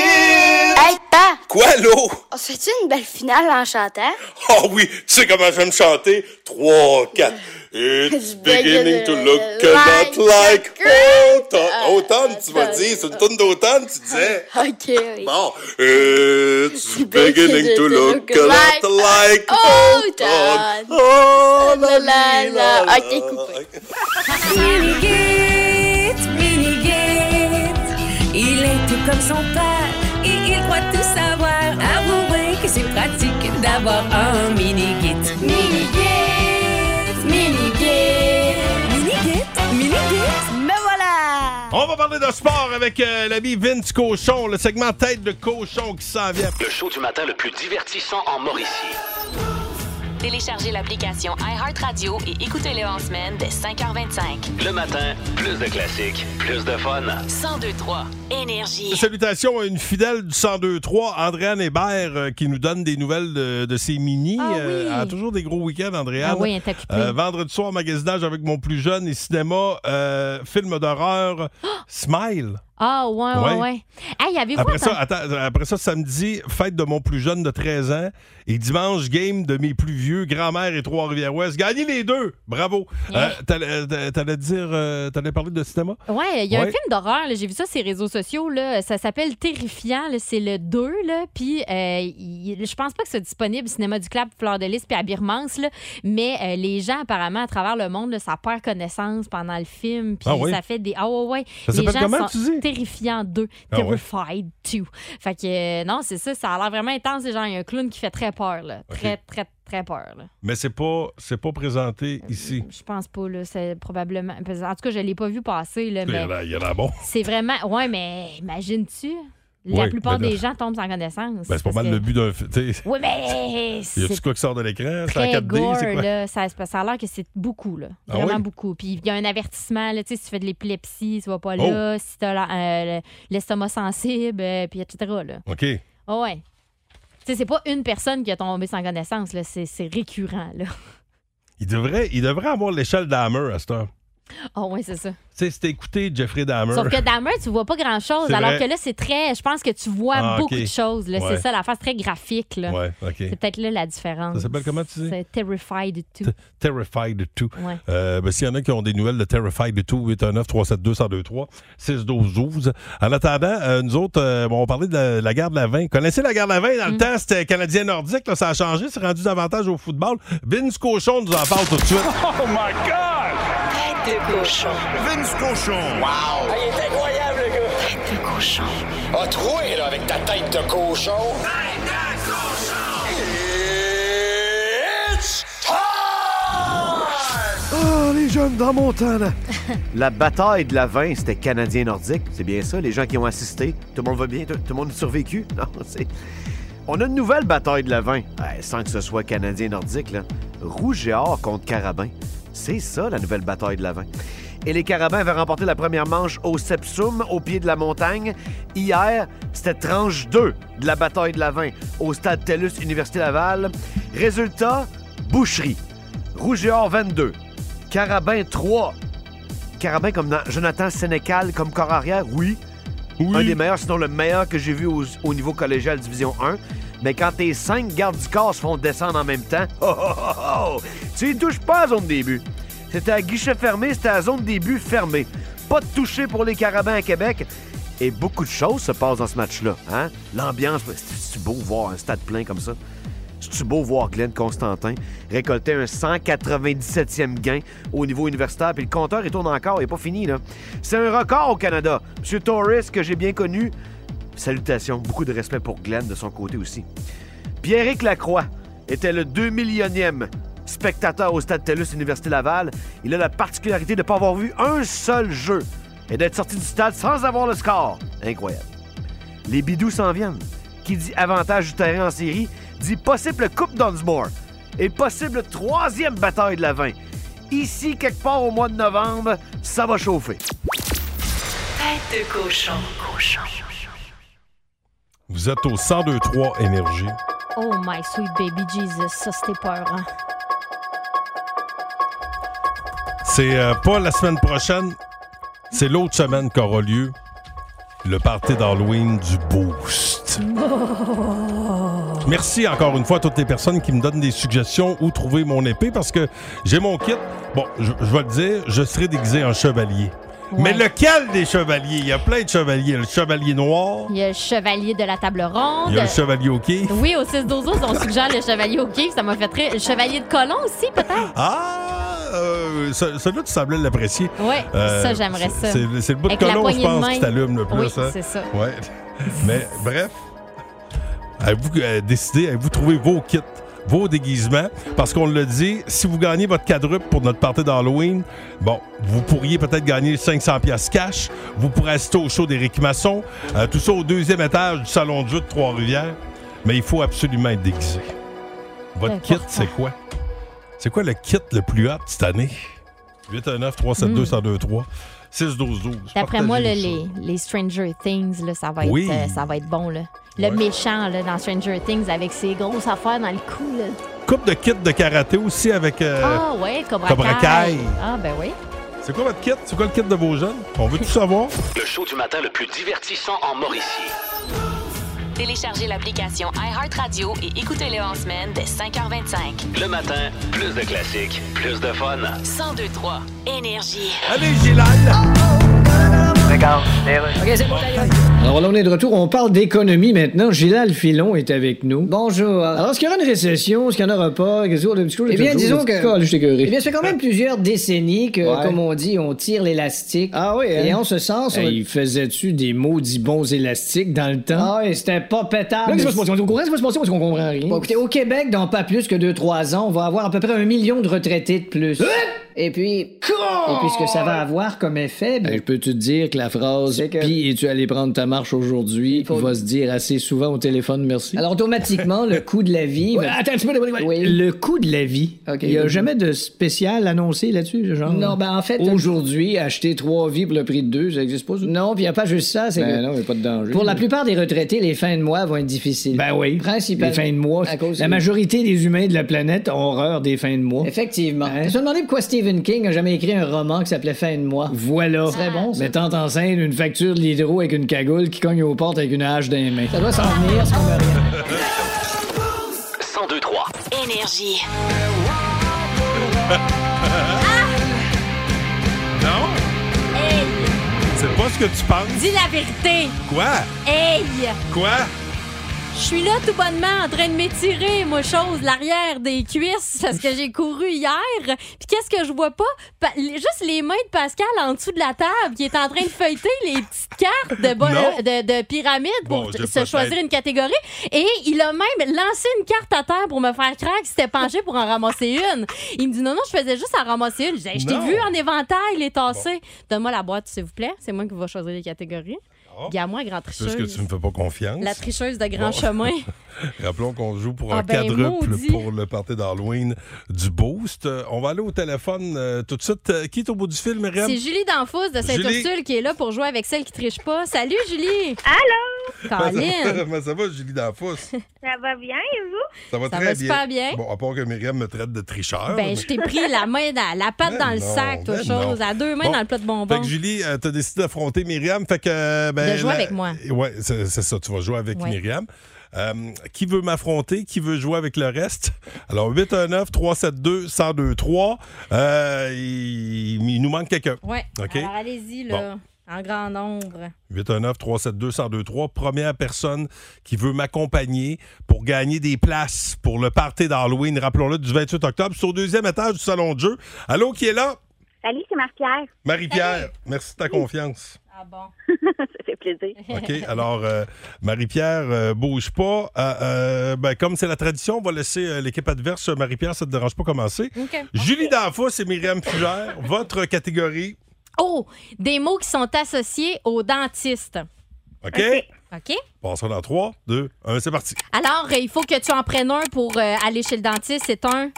[SPEAKER 10] Hey, papa,
[SPEAKER 3] Quoi, l'eau?
[SPEAKER 10] on se fait-tu une belle finale en chantant?
[SPEAKER 3] Oh oui, tu sais comment je vais me chanter? 3, 4.
[SPEAKER 11] It's beginning to look a lot like autumn. Automne, tu m'as dit. C'est une tourne d'automne, tu [LAUGHS] disais.
[SPEAKER 10] OK.
[SPEAKER 11] Bon. It's [LAUGHS] beginning to look a lot like autumn.
[SPEAKER 10] Oh là là là. OK, coupé.
[SPEAKER 6] Minigit, Minigit, il est tout comme son père et il croit tout savoir. Avouez que c'est pratique d'avoir un mini-git. Mini-git, mini-git, mini-git, mini-git.
[SPEAKER 10] Me voilà!
[SPEAKER 3] On va parler de sport avec euh, l'ami Vince Cochon, le segment tête de cochon qui s'en vient.
[SPEAKER 2] Le show du matin le plus divertissant en Mauricie.
[SPEAKER 1] Téléchargez l'application iHeartRadio et écoutez-le en semaine dès 5h25.
[SPEAKER 2] Le matin, plus de classiques, plus de fun.
[SPEAKER 12] Ah,
[SPEAKER 1] 1023 Énergie.
[SPEAKER 3] Salutations à une fidèle du 102-3, Andréane Hébert, euh, qui nous donne des nouvelles de, de ses mini.
[SPEAKER 7] Ah oui.
[SPEAKER 3] elle a toujours des gros week-ends, Andréane. Euh,
[SPEAKER 7] Ah oui, elle est occupée.
[SPEAKER 3] vendredi soir, magasinage avec mon plus jeune et cinéma, euh,
[SPEAKER 7] [GASPS]
[SPEAKER 3] film d'horreur, Smile.
[SPEAKER 7] Ah, ouais, ouais,
[SPEAKER 3] Ouais.
[SPEAKER 7] ouais. Hey, avez-vous
[SPEAKER 3] Après ça,
[SPEAKER 7] entendu-
[SPEAKER 3] attends, après ça, samedi, fête de mon plus jeune de 13 ans. Et dimanche, game de mes plus vieux, grand-mère et Trois-Rivières-Ouest. Gagnez les deux! Bravo! Euh, t'allais- euh, t'allais dire, euh, t'allais parler de cinéma?
[SPEAKER 7] Ouais, il y a un
[SPEAKER 3] Ouais.
[SPEAKER 7] film d'horreur, là, j'ai vu ça sur les réseaux sociaux, là, ça s'appelle Terrifiant, là, c'est le 2, là, puis euh, il- je pense pas que c'est disponible au cinéma du Clap, Fleur de Lys, puis à Birmance, là, mais euh, les gens, apparemment, à travers le monde, là, ça perd connaissance pendant le film, puis
[SPEAKER 3] Ah oui?
[SPEAKER 7] ça fait des... Ah ouais, ouais,
[SPEAKER 3] Ça
[SPEAKER 7] les
[SPEAKER 3] s'appelle
[SPEAKER 7] gens
[SPEAKER 3] comment,
[SPEAKER 7] sont
[SPEAKER 3] tu dis?
[SPEAKER 7] Terrifiant 2,
[SPEAKER 3] Ah ouais.
[SPEAKER 7] Terrified 2. Fait que, euh, non, c'est ça, ça a l'air vraiment intense, c'est genre, il y a un clown qui fait très peur, là, très, très, très peur, là.
[SPEAKER 3] Mais c'est pas, c'est pas présenté ici.
[SPEAKER 7] Je pense pas, là, c'est probablement... En tout cas, je l'ai pas vu passer, là,
[SPEAKER 3] Il y
[SPEAKER 7] mais...
[SPEAKER 3] en a- ben, il y en a bon.
[SPEAKER 7] C'est vraiment. Ouais, mais imagines-tu? La
[SPEAKER 3] Ouais,
[SPEAKER 7] plupart
[SPEAKER 3] ben là-
[SPEAKER 7] des gens tombent sans connaissance.
[SPEAKER 3] Ben, c'est pas
[SPEAKER 7] parce
[SPEAKER 3] mal
[SPEAKER 7] que-
[SPEAKER 3] le but d'un. fi-
[SPEAKER 7] [LAUGHS]
[SPEAKER 3] tu sais,
[SPEAKER 7] Oui, mais.
[SPEAKER 3] Y a-tu
[SPEAKER 7] c'est
[SPEAKER 3] quoi qui sort de l'écran? C'est en
[SPEAKER 7] Très
[SPEAKER 3] 4D?
[SPEAKER 7] gore,
[SPEAKER 3] C'est quoi?
[SPEAKER 7] là, ça, ça a l'air que c'est beaucoup, là.
[SPEAKER 3] Ah
[SPEAKER 7] Vraiment
[SPEAKER 3] oui?
[SPEAKER 7] beaucoup. Puis il y a un avertissement, là, tu sais, si tu fais de l'épilepsie, tu vas pas
[SPEAKER 3] Oh!
[SPEAKER 7] là, si t'as la- euh, l'estomac sensible, euh, puis etc., là.
[SPEAKER 3] OK.
[SPEAKER 7] Ah ouais. Tu sais, c'est pas une personne qui a tombé sans connaissance, là, c'est c'est récurrent, là. [LAUGHS]
[SPEAKER 3] Il devrait, il devrait avoir l'échelle d'Hammer à cette heure.
[SPEAKER 7] Ah ouais, c'est ça.
[SPEAKER 3] Tu sais, si t'as écouté Jeffrey Dahmer.
[SPEAKER 7] Sauf que Dahmer, tu vois pas grand-chose,
[SPEAKER 3] C'est
[SPEAKER 7] alors
[SPEAKER 3] vrai.
[SPEAKER 7] que là, c'est très... Je pense que tu vois
[SPEAKER 3] Ah,
[SPEAKER 7] beaucoup
[SPEAKER 3] ok.
[SPEAKER 7] de choses, là.
[SPEAKER 3] Ouais.
[SPEAKER 7] C'est ça, l'affaire, c'est très graphique, là.
[SPEAKER 3] Ouais, OK.
[SPEAKER 7] C'est peut-être là la différence.
[SPEAKER 3] Ça s'appelle comment, tu dis?
[SPEAKER 7] C'est Terrified 2.
[SPEAKER 3] Terrified 2.
[SPEAKER 7] Ouais.
[SPEAKER 3] Euh, ben, S'il y en a qui ont des nouvelles de Terrified 2, 819 372 1023 6 12 12. En attendant, euh, nous autres, euh, bon, on parlait de la, la guerre de la vin. Connaissez la guerre de la vin?
[SPEAKER 7] Mm.
[SPEAKER 3] Dans le temps, c'était Canadien-Nordique. là, Ça a changé. C'est rendu davantage au football. Vince Cochon nous en parle tout de suite.
[SPEAKER 12] Oh my God! Tête de cochon. Vince cochon. Wow! il est incroyable, le gars. Tête de cochon. A troué, là, avec ta tête de cochon. Tête de cochon! It's
[SPEAKER 13] Ah, les jeunes, dans mon temps, là. La bataille de la vin, c'était canadien-nordique. C'est bien ça, les gens qui ont assisté. Tout le monde va bien? Tout, tout le monde a survécu? Non, c'est... On a une nouvelle bataille de la vin. Eh, sans que ce soit canadien-nordique, là. Rouge et or contre Carabin. C'est ça, la nouvelle bataille de la vin. Et les Carabins avaient remporté la première manche au Sepsum, au pied de la montagne. Hier, c'était tranche 2 de la bataille de la vin au stade TELUS Université Laval. Résultat, boucherie. Rouge et or 22. Carabin 3. Carabin comme na- Jonathan Sénécal comme corps arrière, oui. Un des meilleurs, sinon le meilleur que j'ai vu au, au niveau collégial Division 1. Mais quand tes cinq gardes du corps se font descendre en même temps, oh, oh, oh, oh, tu y touches pas à zone début. C'était à guichet fermé, c'était à zone début fermée. Pas de toucher pour les carabins à Québec. Et beaucoup de choses se passent dans ce match-là. Hein? L'ambiance, c'est- c'est beau voir un stade plein comme ça. C'est beau voir Glenn Constantin récolter un 197e gain au niveau universitaire, puis le compteur il tourne encore, il n'est pas fini. là. C'est un record au Canada. Monsieur Torres, que j'ai bien connu, salutations, beaucoup de respect pour Glenn de son côté aussi. Pierrick Lacroix était le 2 millionième spectateur au Stade TELUS Université Laval. Il a la particularité de ne pas avoir vu un seul jeu et d'être sorti du stade sans avoir le score. Incroyable. Les bidous s'en viennent. Qui dit avantage du terrain en série dit possible Coupe d'Onsmore et possible troisième bataille de la vin. Ici, quelque part au mois de novembre, ça va chauffer.
[SPEAKER 1] Tête de cochon. cochon.
[SPEAKER 3] Vous êtes au 1023 Énergie.
[SPEAKER 7] Oh my sweet baby Jesus, ça c'était peur. hein.
[SPEAKER 3] C'est euh, pas la semaine prochaine, c'est l'autre semaine qu'aura lieu le party d'Halloween du Boost.
[SPEAKER 7] Oh.
[SPEAKER 3] Merci encore une fois à toutes les personnes qui me donnent des suggestions où trouver mon épée parce que j'ai mon kit. Bon, je, je vais le dire, je serai déguisé en chevalier. Mais lequel des chevaliers? Il y a plein de chevaliers. Le chevalier noir,
[SPEAKER 7] Il y a le chevalier de la table ronde.
[SPEAKER 3] il y a le chevalier au quai.
[SPEAKER 7] Oui, au 6 12 on suggère le chevalier au kiff. Ça m'a fait très. Le chevalier de colon aussi,
[SPEAKER 3] [GASPS]
[SPEAKER 7] peut-être?
[SPEAKER 3] Ah, euh, ce- celui-là, tu semblais l'apprécier.
[SPEAKER 7] Oui, ça, j'aimerais ça.
[SPEAKER 3] Euh, C'est c'est le bout de
[SPEAKER 7] Avec la
[SPEAKER 3] colon, je
[SPEAKER 7] poignée de
[SPEAKER 3] pense,
[SPEAKER 7] main.
[SPEAKER 3] qui t'allume le plus.
[SPEAKER 7] Oui,
[SPEAKER 3] hein.
[SPEAKER 7] c'est ça.
[SPEAKER 3] Ouais. Mais bref, avez-vous euh, décidé, avez-vous trouvé vos kits, vos déguisements? Parce qu'on le dit, si vous gagnez votre quadruple pour notre party d'Halloween, bon, vous pourriez peut-être gagner 500 pièces cash. Vous pourrez assister au show d'Éric Masson. Euh, tout ça au deuxième étage du Salon de jeu de Trois-Rivières. Mais il faut absolument être déguisé. Votre kit,
[SPEAKER 12] Important.
[SPEAKER 3] c'est quoi? C'est quoi le kit le plus hot cette année? 819 372 1023 6 12 12
[SPEAKER 7] D'après moi, là, les, les Stranger Things, là, ça, va être,
[SPEAKER 3] Oui.
[SPEAKER 7] euh, ça va être bon. Là. Le méchant là, dans Stranger Things avec ses grosses affaires dans le cou. là.
[SPEAKER 3] Coupe de kit de karaté aussi avec. euh,
[SPEAKER 7] Ah ouais, Cobra,
[SPEAKER 3] Cobra Kai.
[SPEAKER 7] Ah ben oui.
[SPEAKER 3] C'est quoi votre kit? C'est quoi le kit de vos jeunes? On veut tout savoir.
[SPEAKER 2] Le show du matin le plus divertissant en Mauricie.
[SPEAKER 1] Téléchargez l'application iHeartRadio et écoutez-le en semaine dès 5h25.
[SPEAKER 2] Le matin, plus de classiques, plus de fun.
[SPEAKER 1] 1023 Énergie.
[SPEAKER 3] Allez, Gilal!
[SPEAKER 1] D'accord.
[SPEAKER 5] OK, c'est bon, d'ailleurs.
[SPEAKER 4] Alors là, on est de retour. On parle d'économie maintenant. Gilal Filon est avec nous. Bonjour. Alors, est-ce qu'il y aura une récession? Est-ce qu'il n'y en aura pas? Qu'est-ce qu'on a de petit coup?
[SPEAKER 5] Eh bien, disons que.
[SPEAKER 4] Colle, je suis écoeuré.
[SPEAKER 5] Eh bien, ça fait quand même plusieurs décennies que,
[SPEAKER 4] Ouais.
[SPEAKER 5] comme on dit, on tire l'élastique. Ah oui, Et
[SPEAKER 4] hein?
[SPEAKER 5] en ce sens,
[SPEAKER 4] Hey,
[SPEAKER 5] on-
[SPEAKER 4] il faisait-tu des maudits bons élastiques dans le temps?
[SPEAKER 5] Ah oui, c'était pas pétard.
[SPEAKER 4] Là, qu'est-ce qui va se passer? On est au courant, qu'est-ce qui va se passer? Parce qu'on comprend rien.
[SPEAKER 5] Bon, écoutez, au Québec, dans pas plus que 2-3 ans, on va avoir à peu près un million de retraités de plus.
[SPEAKER 4] Hein?
[SPEAKER 5] Et puis. Et puis, ce que ça va avoir comme effet. ben,
[SPEAKER 4] Hey, je peux te dire que la phrase
[SPEAKER 5] C'est que-
[SPEAKER 4] Puis es-tu allé prendre ta marche aujourd'hui va se dire assez souvent au téléphone merci.
[SPEAKER 5] Alors, automatiquement, le coût de la vie.
[SPEAKER 4] Ouais, attends un petit peu,
[SPEAKER 5] Oui.
[SPEAKER 4] Le coût de la vie.
[SPEAKER 5] OK.
[SPEAKER 4] Il n'y a jamais de spécial annoncé là-dessus, genre.
[SPEAKER 5] Non, ben, en fait,
[SPEAKER 4] Aujourd'hui, acheter trois vies pour le prix de deux, ça n'existe pas, ça?
[SPEAKER 5] Non, puis il n'y a pas juste ça, c'est que.
[SPEAKER 4] Ben non, il n'y a pas de danger.
[SPEAKER 5] Pour la plupart des retraités, les fins de mois vont être difficiles.
[SPEAKER 4] Ben oui.
[SPEAKER 5] Principalement.
[SPEAKER 4] Les fins de mois.
[SPEAKER 5] À cause
[SPEAKER 4] La
[SPEAKER 5] de-
[SPEAKER 4] majorité des humains de la planète ont horreur des fins de mois. Hein?
[SPEAKER 5] Effectivement. Je me suis demandé pourquoi Stephen King a jamais écrit un roman qui s'appelait Fin de mois.
[SPEAKER 4] Voilà.
[SPEAKER 5] Très bon, ça.
[SPEAKER 4] Mettant en scène une facture de l'hydro avec une cagoule qui cogne aux portes avec une hache dans les mains.
[SPEAKER 5] Ça doit s'en venir, ce qu'on veut rien.
[SPEAKER 2] 1023.
[SPEAKER 1] Énergie.
[SPEAKER 3] Non?
[SPEAKER 7] Hey,
[SPEAKER 3] C'est pas ce que tu penses.
[SPEAKER 7] dis la vérité.
[SPEAKER 3] Quoi?
[SPEAKER 7] Hey!
[SPEAKER 3] Quoi?
[SPEAKER 7] Je suis là tout bonnement en train de m'étirer, moi, chose, l'arrière des cuisses, parce que j'ai couru hier. Puis qu'est-ce que je vois pas? Pa- les- juste les mains de Pascal en dessous de la table, qui est en train de feuilleter les petites cartes de, bo-
[SPEAKER 14] Non.
[SPEAKER 7] de, de pyramide pour
[SPEAKER 14] Bon, j'ai
[SPEAKER 7] se
[SPEAKER 14] pas
[SPEAKER 7] choisir
[SPEAKER 14] d'aide.
[SPEAKER 7] une catégorie. Et il a même lancé une carte à terre pour me faire craquer, s'était penché pour en ramasser une. Il me dit non, non, je faisais juste en ramasser une. Je disais, je t'ai
[SPEAKER 14] Non.
[SPEAKER 7] vu en éventail, les tasser. Donne-moi la boîte, s'il vous plaît. C'est moi qui vais choisir les catégories. Gamme-moi, grand
[SPEAKER 3] Parce que
[SPEAKER 7] tricheuse.
[SPEAKER 3] Ah. tu me fais pas confiance.
[SPEAKER 7] La tricheuse de grand
[SPEAKER 3] Bon.
[SPEAKER 7] chemin.
[SPEAKER 3] [LAUGHS] Rappelons qu'on joue pour
[SPEAKER 7] Ah
[SPEAKER 3] un
[SPEAKER 7] ben,
[SPEAKER 3] quadruple
[SPEAKER 7] maudit.
[SPEAKER 3] pour le party d'Halloween du Boost. Euh, on va aller au téléphone euh, tout de suite. Euh, qui est au bout du film, Myriam?
[SPEAKER 7] C'est Julie Danfous de Saint-Ursule qui est là pour jouer avec celle qui triche pas. Salut Julie!
[SPEAKER 15] Allô?
[SPEAKER 3] [LAUGHS]
[SPEAKER 7] Colin!
[SPEAKER 3] Comment ça va, Julie Danfousse?
[SPEAKER 15] Ça va bien, et vous?
[SPEAKER 3] Ça va
[SPEAKER 7] Ça
[SPEAKER 3] très
[SPEAKER 7] va
[SPEAKER 3] bien.
[SPEAKER 7] super bien.
[SPEAKER 3] Bon, à part que Myriam me traite de tricheur.
[SPEAKER 7] Ben,
[SPEAKER 3] mais-
[SPEAKER 7] je t'ai pris la main, dans, la patte
[SPEAKER 3] Mais
[SPEAKER 7] dans le
[SPEAKER 3] non,
[SPEAKER 7] sac, toi,
[SPEAKER 3] mais
[SPEAKER 7] chose,
[SPEAKER 3] non.
[SPEAKER 7] à deux mains
[SPEAKER 3] Bon,
[SPEAKER 7] dans le plat de bonbons.
[SPEAKER 3] Fait que Julie, euh, t'as décidé d'affronter Myriam. Fait que, euh, ben,
[SPEAKER 7] De jouer avec moi.
[SPEAKER 3] Oui, c'est c'est ça. Tu vas jouer avec
[SPEAKER 7] Ouais.
[SPEAKER 3] Myriam. Euh, qui veut m'affronter? Qui veut jouer avec le reste? Alors, 819-372-1023. Euh, il, il nous manque quelqu'un.
[SPEAKER 7] Ouais.
[SPEAKER 3] OK?
[SPEAKER 7] Alors allez-y, là, en grand nombre.
[SPEAKER 3] 819-372-1023. Première personne qui veut m'accompagner pour gagner des places pour le party d'Halloween, rappelons-le, du 28 octobre, sur le deuxième étage du salon de jeu. Allô, qui est là?
[SPEAKER 15] Salut, c'est Marc-Pierre.
[SPEAKER 3] Marie-Pierre, merci de ta confiance.
[SPEAKER 7] Ah bon?
[SPEAKER 15] ça fait plaisir.
[SPEAKER 7] [LAUGHS]
[SPEAKER 3] OK, alors, euh, Marie-Pierre, euh, bouge pas. Euh, euh, ben, comme c'est la tradition, on va laisser euh, l'équipe adverse, euh, Marie-Pierre, ça te dérange pas commencer.
[SPEAKER 7] OK.
[SPEAKER 3] Julie Danfos et Myriam
[SPEAKER 7] [LAUGHS]
[SPEAKER 3] Fugère, votre catégorie.
[SPEAKER 7] Oh! Des mots qui sont associés aux dentistes.
[SPEAKER 3] OK?
[SPEAKER 7] OK?
[SPEAKER 3] Passons dans 3, 2, 1, c'est parti.
[SPEAKER 7] Alors, euh, il faut que tu en prennes un pour euh, aller chez le dentiste. C'est un.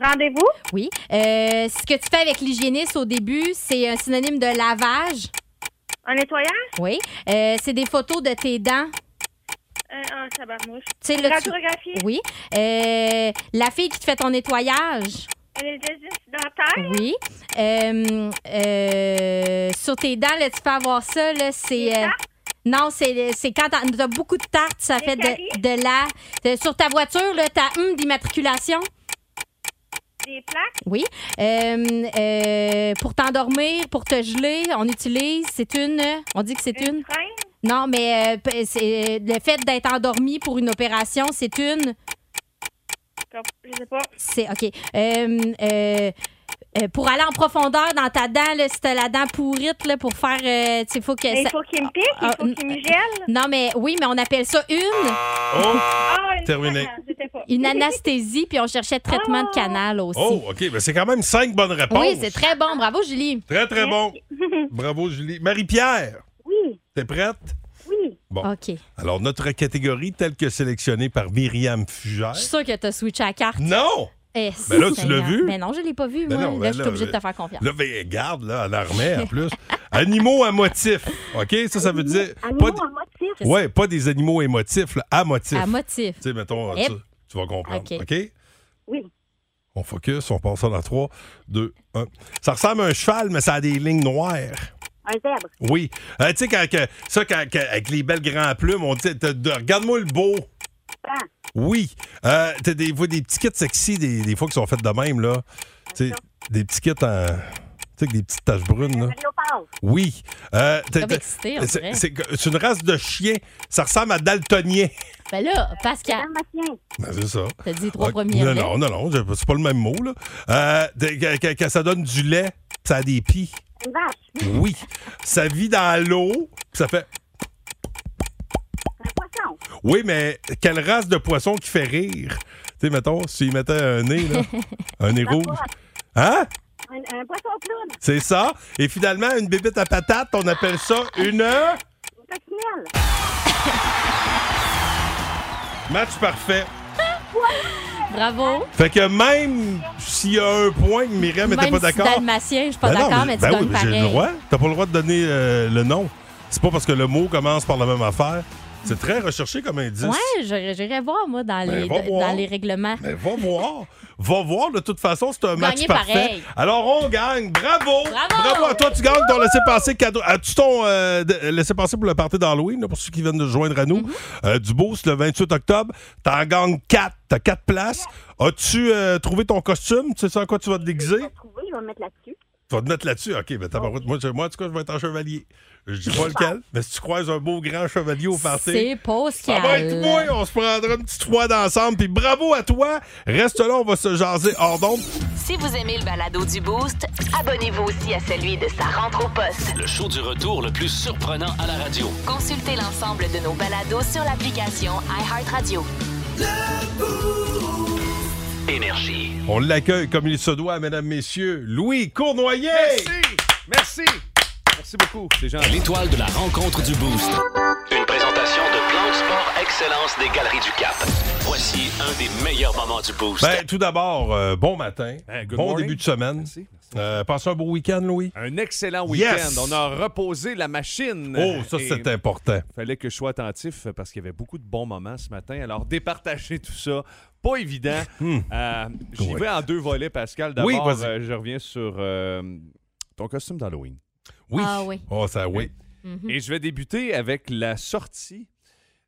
[SPEAKER 15] Rendez-vous?
[SPEAKER 7] Oui. Euh, ce que tu fais avec l'hygiéniste au début, c'est un synonyme de lavage.
[SPEAKER 15] Un nettoyage?
[SPEAKER 7] Oui. Euh, c'est des photos de tes dents.
[SPEAKER 15] Euh, un tabarnouche.
[SPEAKER 7] Tu sais, là, tu-
[SPEAKER 15] Radiographie?
[SPEAKER 7] Oui. Euh, la fille qui te fait ton nettoyage.
[SPEAKER 15] Anesthésie dentaire?
[SPEAKER 7] Oui. Euh, euh, sur tes dents, là, tu peux avoir ça, là, c'est... euh, Non, c'est c'est quand t'as t'as beaucoup de tartes, ça fait de, de la. de- sur ta voiture, là, t'as hum d'immatriculation.
[SPEAKER 15] Des plaques?
[SPEAKER 7] Oui. Euh, euh, pour t'endormir, pour te geler, on utilise. C'est une. On dit que c'est une. Non, mais euh, p- c'est- le fait d'être endormi pour une opération, c'est une.
[SPEAKER 15] Comme- Je sais pas.
[SPEAKER 7] C'est OK. Euh, euh, euh, pour aller en profondeur dans ta dent, là, si t'as la dent pourrite, là, pour faire. euh, tu sais, faut que
[SPEAKER 15] Mais il
[SPEAKER 7] ça-
[SPEAKER 15] faut qu'il me pique, il
[SPEAKER 7] Ah,
[SPEAKER 15] faut qu'il me gèle.
[SPEAKER 7] Non, mais oui, mais on appelle ça une.
[SPEAKER 3] Oh!
[SPEAKER 15] Ah, une-
[SPEAKER 3] Terminé.
[SPEAKER 15] Ah, je sais pas.
[SPEAKER 7] Une anesthésie, puis on cherchait traitement
[SPEAKER 15] Ah.
[SPEAKER 7] de canal aussi.
[SPEAKER 3] Oh, OK. Ben, c'est quand même cinq bonnes réponses.
[SPEAKER 7] oui, c'est très bon. Bravo, Julie.
[SPEAKER 3] Très, très bon.
[SPEAKER 7] [LAUGHS]
[SPEAKER 3] Bravo, Julie. Marie-Pierre,
[SPEAKER 7] Oui.
[SPEAKER 3] t'es prête?
[SPEAKER 7] Oui.
[SPEAKER 3] Bon.
[SPEAKER 7] OK.
[SPEAKER 3] Alors, notre catégorie, telle que sélectionnée par Myriam Fugère.
[SPEAKER 7] Je suis sûre que t'as switché la carte.
[SPEAKER 3] Non!
[SPEAKER 7] Eh,
[SPEAKER 3] Ben là, tu
[SPEAKER 7] Seigneur.
[SPEAKER 3] l'as vu?
[SPEAKER 7] Mais non, je l'ai pas vu,
[SPEAKER 3] Ben
[SPEAKER 7] moi.
[SPEAKER 3] non,
[SPEAKER 7] là,
[SPEAKER 3] ben
[SPEAKER 7] je suis
[SPEAKER 3] là,
[SPEAKER 7] obligée de te
[SPEAKER 3] ben-
[SPEAKER 7] faire confiance.
[SPEAKER 3] Là, ben, garde, là, à l'armée, en plus. [LAUGHS] Animaux à motif. OK? Ça, ça veut dire. pas d-
[SPEAKER 7] motif.
[SPEAKER 3] Ouais, pas des animaux émotifs, là, à motif.
[SPEAKER 7] À motif.
[SPEAKER 3] Tu sais, mettons,
[SPEAKER 7] Yep.
[SPEAKER 3] tu, tu vas comprendre.
[SPEAKER 7] OK.
[SPEAKER 3] OK?
[SPEAKER 7] Oui.
[SPEAKER 3] On focus, on passe ça dans 3, 2, 1. Ça ressemble à un cheval, mais ça a des lignes noires.
[SPEAKER 14] Un zèbre.
[SPEAKER 3] Oui. Euh, tu sais, quand, que- ça, quand, que- avec les belles grandes plumes, on dit t'as- de- regarde-moi le beau.
[SPEAKER 14] Hein?
[SPEAKER 3] Oui. Euh, t'as des, fois, des petits kits sexy, des, des fois, qui sont faits de même, là. Tu sais, des petits kits en. Tu sais, avec des petites taches brunes, là.
[SPEAKER 14] léopard.
[SPEAKER 3] Oui. Euh, t'as-
[SPEAKER 7] Comme
[SPEAKER 3] t'as-
[SPEAKER 7] excité, on
[SPEAKER 3] c'est-
[SPEAKER 7] dirait.
[SPEAKER 3] c'est c'est une race de chien. Ça ressemble à daltonien.
[SPEAKER 7] Ben là, Pascal.
[SPEAKER 3] Ben, c'est ça.
[SPEAKER 7] T'as dit les trois
[SPEAKER 3] Ok.
[SPEAKER 7] premiers
[SPEAKER 3] Non,
[SPEAKER 7] lettres.
[SPEAKER 3] non, non, non, je- c'est pas le même mot, là. Euh, de- que- que- que ça donne du lait, ça a des pis.
[SPEAKER 14] Une vache.
[SPEAKER 3] Oui. ça vit dans l'eau, puis ça fait.
[SPEAKER 14] Poisson.
[SPEAKER 3] Oui, mais quelle race de poisson qui fait rire? Tu sais, mettons, s'il mettait un nez,
[SPEAKER 14] [LAUGHS]
[SPEAKER 3] là, un nez
[SPEAKER 14] La
[SPEAKER 3] rouge.
[SPEAKER 14] poire.
[SPEAKER 3] Hein?
[SPEAKER 14] Un, un poisson clown.
[SPEAKER 3] C'est ça. Et finalement, une bébête à patate, on appelle ça une.
[SPEAKER 14] Une coccinelle.
[SPEAKER 3] Match parfait.
[SPEAKER 7] Bravo.
[SPEAKER 3] Fait que même s'il y a un point que Myriam
[SPEAKER 7] Même
[SPEAKER 3] n'était pas
[SPEAKER 7] si
[SPEAKER 3] d'accord.
[SPEAKER 7] dalmatien, je suis pas
[SPEAKER 3] Ben non,
[SPEAKER 7] d'accord, mais tu
[SPEAKER 3] ben oui,
[SPEAKER 7] donnes
[SPEAKER 3] mais J'ai le
[SPEAKER 7] pareil.
[SPEAKER 3] droit. T'as pas le droit de donner euh, le nom. C'est pas parce que le mot commence par la même affaire. C'est très recherché comme indice.
[SPEAKER 7] Ouais, je- j'irai voir, moi, dans
[SPEAKER 3] Ben,
[SPEAKER 7] les,
[SPEAKER 3] va
[SPEAKER 7] d-
[SPEAKER 3] voir. Ben,
[SPEAKER 7] dans les règlements.
[SPEAKER 3] Mais va voir. Va voir, de toute façon, c'est un match
[SPEAKER 7] Gagner
[SPEAKER 3] parfait.
[SPEAKER 7] pareil.
[SPEAKER 3] Alors, on gagne. Bravo.
[SPEAKER 7] Bravo.
[SPEAKER 3] à toi. Tu gagnes ton laissez-passer cadeau. As-tu ton euh, de- laissez-passer pour le party d'Halloween, là, pour ceux qui viennent de se joindre à
[SPEAKER 7] Mhm.
[SPEAKER 3] nous, Euh, du Beauce, le 28 octobre? T'en gagnes 4. T'as 4 places. As-tu euh, trouvé ton costume? Tu sais ça à quoi tu vas te déguiser?
[SPEAKER 14] Trouvé, je vais le mettre là-dessus.
[SPEAKER 3] Tu vas te mettre là-dessus. OK, ben, tabarouette. moi, je- moi, en tout cas, je vais être un chevalier. Je dis
[SPEAKER 14] [LAUGHS]
[SPEAKER 3] pas lequel, mais si tu croises un beau grand chevalier au party.
[SPEAKER 7] C'est
[SPEAKER 3] Ça
[SPEAKER 7] Pascal.
[SPEAKER 3] va être moi, on se prendra une petite fois d'ensemble. Puis bravo à toi. Reste là, on va se jaser hors d'onde.
[SPEAKER 1] Si vous aimez le balado du Boost, abonnez-vous aussi à celui de sa rentre au poste.
[SPEAKER 2] Le show du retour le plus surprenant à la radio.
[SPEAKER 1] Consultez l'ensemble de nos balados sur l'application iHeartRadio.
[SPEAKER 2] Énergie.
[SPEAKER 3] On l'accueille comme il se doit, mesdames, messieurs. Louis Cournoyer.
[SPEAKER 16] Merci. Merci beaucoup. C'est gentil.
[SPEAKER 2] L'étoile de la rencontre du Boost. Une présentation de Plan de Sport Excellence des Galeries du Cap. Voici un des meilleurs moments du Boost.
[SPEAKER 3] Ben, tout d'abord, euh, bon matin.
[SPEAKER 16] Ben, good
[SPEAKER 3] bon
[SPEAKER 16] morning.
[SPEAKER 3] début de semaine. Euh, passez un beau week-end, Louis.
[SPEAKER 16] Un excellent week-end.
[SPEAKER 3] Yes.
[SPEAKER 16] On a reposé la machine.
[SPEAKER 3] Oh, ça,
[SPEAKER 16] Euh, Et
[SPEAKER 3] c'est important.
[SPEAKER 16] fallait que je sois attentif parce qu'il y avait beaucoup de bons moments ce matin. Alors, départager tout ça, pas évident.
[SPEAKER 3] [LAUGHS]
[SPEAKER 16] Euh, J'y vais en deux volets, Pascal. D'abord,
[SPEAKER 3] Hmm. Oui, vas-y.
[SPEAKER 16] euh, je reviens sur euh, ton costume d'Halloween.
[SPEAKER 3] Oui.
[SPEAKER 7] Ah oui.
[SPEAKER 3] Oh, ça, oui.
[SPEAKER 16] Et je vais débuter avec la sortie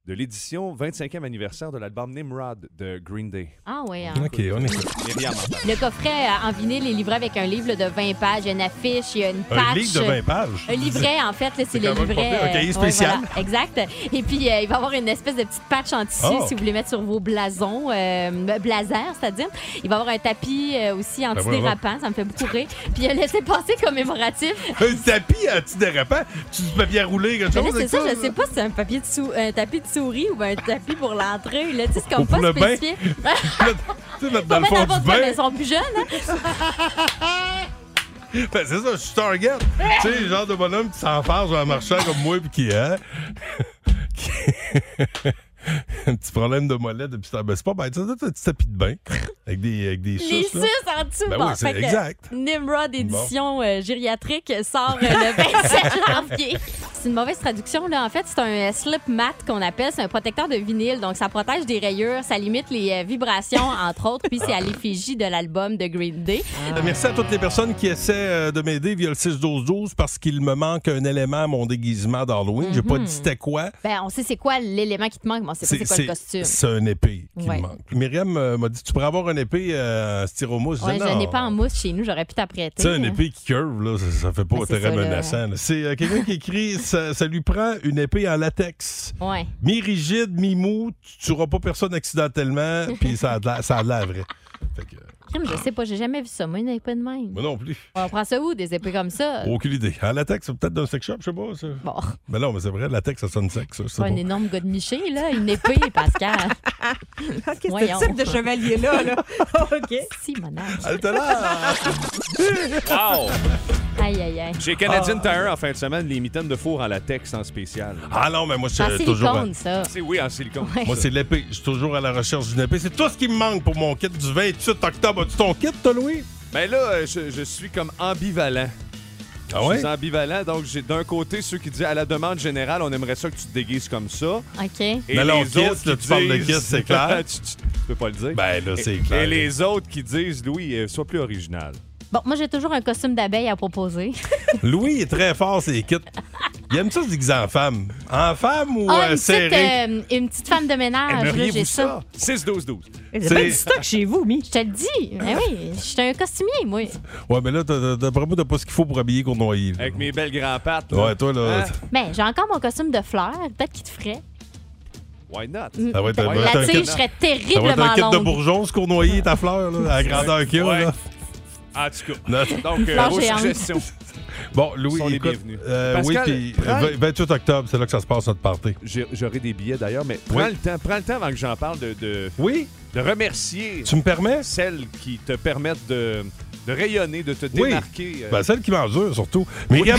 [SPEAKER 16] de l'édition 25e anniversaire de l'album Nimrod de Green Day.
[SPEAKER 7] Ah oui. hein.
[SPEAKER 3] OK, on écoute.
[SPEAKER 16] Myriam, en
[SPEAKER 7] Le coffret euh, en vinyle est livré avec un livre de 20 pages, il y a une affiche, il y a une
[SPEAKER 16] Un
[SPEAKER 7] patch. euh,
[SPEAKER 16] livre de 20 pages?
[SPEAKER 7] Un livret, en fait. là, C'est
[SPEAKER 16] C'est
[SPEAKER 7] le
[SPEAKER 16] quand même pas
[SPEAKER 7] livret. euh,
[SPEAKER 16] pire, un cahier
[SPEAKER 7] ouais,
[SPEAKER 16] spécial.
[SPEAKER 7] voilà, exact. Et puis, euh, il va y avoir une espèce de petite patch en tissu
[SPEAKER 16] Oh.
[SPEAKER 7] si vous voulez mettre sur vos blasons, euh, blazers, c'est-à-dire. Il va y avoir un tapis euh, aussi antidérapant, ça me fait beaucoup rire. Puis, il a laissé passer commémoratif.
[SPEAKER 3] [LAUGHS] Un tapis antidérapant. Tu du papier à rouler, quelque
[SPEAKER 7] Mais là,
[SPEAKER 3] chose?
[SPEAKER 7] c'est ça,
[SPEAKER 3] avec
[SPEAKER 7] je sais pas si c'est un, papier de sou- un tapis de souris ou un tapis pour l'entrée. là. Tu sais, c'est comme
[SPEAKER 3] Ou pour
[SPEAKER 7] pas
[SPEAKER 3] le bain. [LAUGHS]
[SPEAKER 7] spécifié.
[SPEAKER 3] Tu sais, mettre
[SPEAKER 7] Pas
[SPEAKER 3] dans
[SPEAKER 7] mettre
[SPEAKER 3] le fond
[SPEAKER 7] à votre
[SPEAKER 3] du
[SPEAKER 7] bain, mais
[SPEAKER 3] bain.
[SPEAKER 7] ils sont plus jeunes. hein.
[SPEAKER 3] Ben, c'est ça, je suis target. tu sais, le genre de bonhomme qui s'enfarge en marchant comme moi puis qui, hein, [LAUGHS] qui- [LAUGHS] un petit problème de mollet depuis ça. Ben, c'est pas bête. Ça doit être un petit tapis de bain avec des, avec des
[SPEAKER 7] Les
[SPEAKER 3] suces,
[SPEAKER 7] sus
[SPEAKER 3] là.
[SPEAKER 7] en dessous.
[SPEAKER 3] Ben
[SPEAKER 7] bon,
[SPEAKER 3] oui, c'est
[SPEAKER 7] fait que
[SPEAKER 3] exact.
[SPEAKER 7] Nimrod édition euh, gériatrique sort euh, le 27 janvier. c'est une mauvaise traduction. Là. En fait, c'est un euh, slip mat qu'on appelle. C'est un protecteur de vinyle. Donc, ça protège des rayures, ça limite les euh, vibrations, entre autres. Puis, c'est à l'effigie de l'album de Green Day.
[SPEAKER 3] Euh, Merci à toutes les personnes qui essaient euh, de m'aider via le 6-12-12 parce qu'il me manque un élément à mon déguisement d'Halloween. J'ai pas
[SPEAKER 7] Mhm.
[SPEAKER 3] dit c'était quoi.
[SPEAKER 7] Ben, on sait c'est quoi l'élément qui te manque, mais on sait pas c'est quoi le costume.
[SPEAKER 3] c'est un épée qui
[SPEAKER 7] Ouais.
[SPEAKER 3] me manque. Myriam euh, m'a dit Tu pourrais avoir une épée euh, en styromousse.
[SPEAKER 7] Ouais,
[SPEAKER 3] J'ai dit,
[SPEAKER 7] je
[SPEAKER 3] Non.
[SPEAKER 7] n'ai pas en mousse chez nous, j'aurais pu t'apprêter.
[SPEAKER 3] Tu sais, une
[SPEAKER 7] hein.
[SPEAKER 3] épée qui curve, là, ça, ça fait pas
[SPEAKER 7] Ben, c'est
[SPEAKER 3] très
[SPEAKER 7] ça, là.
[SPEAKER 3] menaçant. là. C'est euh, quelqu'un qui écrit [LAUGHS] ça, ça lui prend une épée en latex.
[SPEAKER 7] Ouais.
[SPEAKER 3] Mi-rigide, mi-mou, tu tueras pas
[SPEAKER 7] [LAUGHS]
[SPEAKER 3] personne accidentellement, puis ça a de la- ça a de la vraie.
[SPEAKER 7] Crime, je sais pas, j'ai jamais vu ça. Moi, une épée de même.
[SPEAKER 3] Moi non plus.
[SPEAKER 7] On prend ça où, des épées comme ça?
[SPEAKER 3] Aucune idée. En latex, c'est peut-être d'un sex shop, je sais pas. Ça.
[SPEAKER 7] Bon.
[SPEAKER 3] Ben non, mais c'est vrai, latex, ça sonne sexe. ça, je sais
[SPEAKER 7] C'est pas un
[SPEAKER 3] pas.
[SPEAKER 7] énorme gars de Miché, là. Une épée, Pascal.
[SPEAKER 8] Ah,
[SPEAKER 7] Voyons.
[SPEAKER 8] type de chevalier-là, [LAUGHS] là?
[SPEAKER 7] OK. Si, mon âme.
[SPEAKER 3] Ah,
[SPEAKER 16] Wow!
[SPEAKER 7] Aïe, aïe, aïe.
[SPEAKER 16] Chez Canadian Tire, en fin de semaine, les mitaines de four à latex en spécial.
[SPEAKER 3] Ah non, mais moi, je
[SPEAKER 7] En silicone, ça.
[SPEAKER 16] C'est oui, en silicone.
[SPEAKER 3] Moi, c'est l'épée. Je suis toujours à la recherche d'une épée. C'est tout ce qui me manque pour mon kit du 28 octobre. As-tu ton kit, toi, Louis?
[SPEAKER 16] Mais là, euh, je, je suis comme ambivalent.
[SPEAKER 3] Ah ouais?
[SPEAKER 16] Je suis ambivalent, donc j'ai d'un côté ceux qui disent à la demande générale, on aimerait ça que tu te déguises comme ça.
[SPEAKER 7] [LAUGHS] OK.
[SPEAKER 16] Et
[SPEAKER 3] Mais là, on
[SPEAKER 16] les autres
[SPEAKER 3] kiss, là,
[SPEAKER 16] qui
[SPEAKER 3] tu parles de
[SPEAKER 16] disent-
[SPEAKER 3] kiss, c'est clair.
[SPEAKER 16] [LAUGHS] tu, tu- tu peux pas le dire.
[SPEAKER 3] Ben là, c'est
[SPEAKER 16] Et-
[SPEAKER 3] clair.
[SPEAKER 16] Et les autres qui disent, Louis, euh, sois plus original.
[SPEAKER 7] Bon, moi, j'ai toujours un costume d'abeille à proposer.
[SPEAKER 3] Louis est très fort, c'est kits. Il aime ça se déguiser en femme. En femme ou
[SPEAKER 7] Ah,
[SPEAKER 3] euh,
[SPEAKER 7] une, petite,
[SPEAKER 3] serré?
[SPEAKER 7] euh, une petite femme de ménage, là, j'ai
[SPEAKER 16] Aimeriez-vous
[SPEAKER 7] ça.
[SPEAKER 16] ça? 6-12-12.
[SPEAKER 7] C'est pas
[SPEAKER 3] C'est-
[SPEAKER 7] du stock chez vous, Mi. Je te le dis. Ben oui, je suis un costumier, moi.
[SPEAKER 3] Ouais, mais là, t'as- t'as- d'après moi, t'as pas ce qu'il faut pour habiller Cournoyer. là.
[SPEAKER 16] Avec mes belles grands pattes. là.
[SPEAKER 3] Ouais, toi,
[SPEAKER 7] Ah.
[SPEAKER 3] là.
[SPEAKER 16] Hein?
[SPEAKER 7] Mais Ben, j'ai encore mon costume de fleurs. Peut-être qu'il te ferait.
[SPEAKER 16] Why not?
[SPEAKER 3] Ça va être un-
[SPEAKER 7] La
[SPEAKER 3] t'as un
[SPEAKER 7] tige serait
[SPEAKER 3] kit- Ça va être un
[SPEAKER 7] terriblement
[SPEAKER 3] kit de
[SPEAKER 7] longue.
[SPEAKER 3] bourgeon, ce Cournoyer, ta fleur, là, à la grandeur qu'il y a.
[SPEAKER 16] Ouais.
[SPEAKER 3] là.
[SPEAKER 16] En tout cas.
[SPEAKER 3] Non.
[SPEAKER 16] Donc, euh,
[SPEAKER 7] Fleur
[SPEAKER 16] vos
[SPEAKER 7] géante.
[SPEAKER 16] suggestions.
[SPEAKER 3] Bon, Louis,
[SPEAKER 16] Sont les
[SPEAKER 3] écoute,
[SPEAKER 16] bienvenus.
[SPEAKER 3] euh, oui,
[SPEAKER 16] Pascal,
[SPEAKER 3] puis
[SPEAKER 16] prends-
[SPEAKER 3] euh, 28 octobre, c'est là que ça se passe notre party.
[SPEAKER 16] J'ai- J'aurai des billets d'ailleurs, mais
[SPEAKER 3] Oui.
[SPEAKER 16] prends le temps, prends le temps avant que j'en parle de, de,
[SPEAKER 3] Oui?
[SPEAKER 16] de remercier
[SPEAKER 3] Tu me permets?
[SPEAKER 16] celles qui te permettent de, de rayonner, de te
[SPEAKER 3] Oui.
[SPEAKER 16] démarquer. euh,
[SPEAKER 3] Ben, celle qui m'endure, surtout. Myriam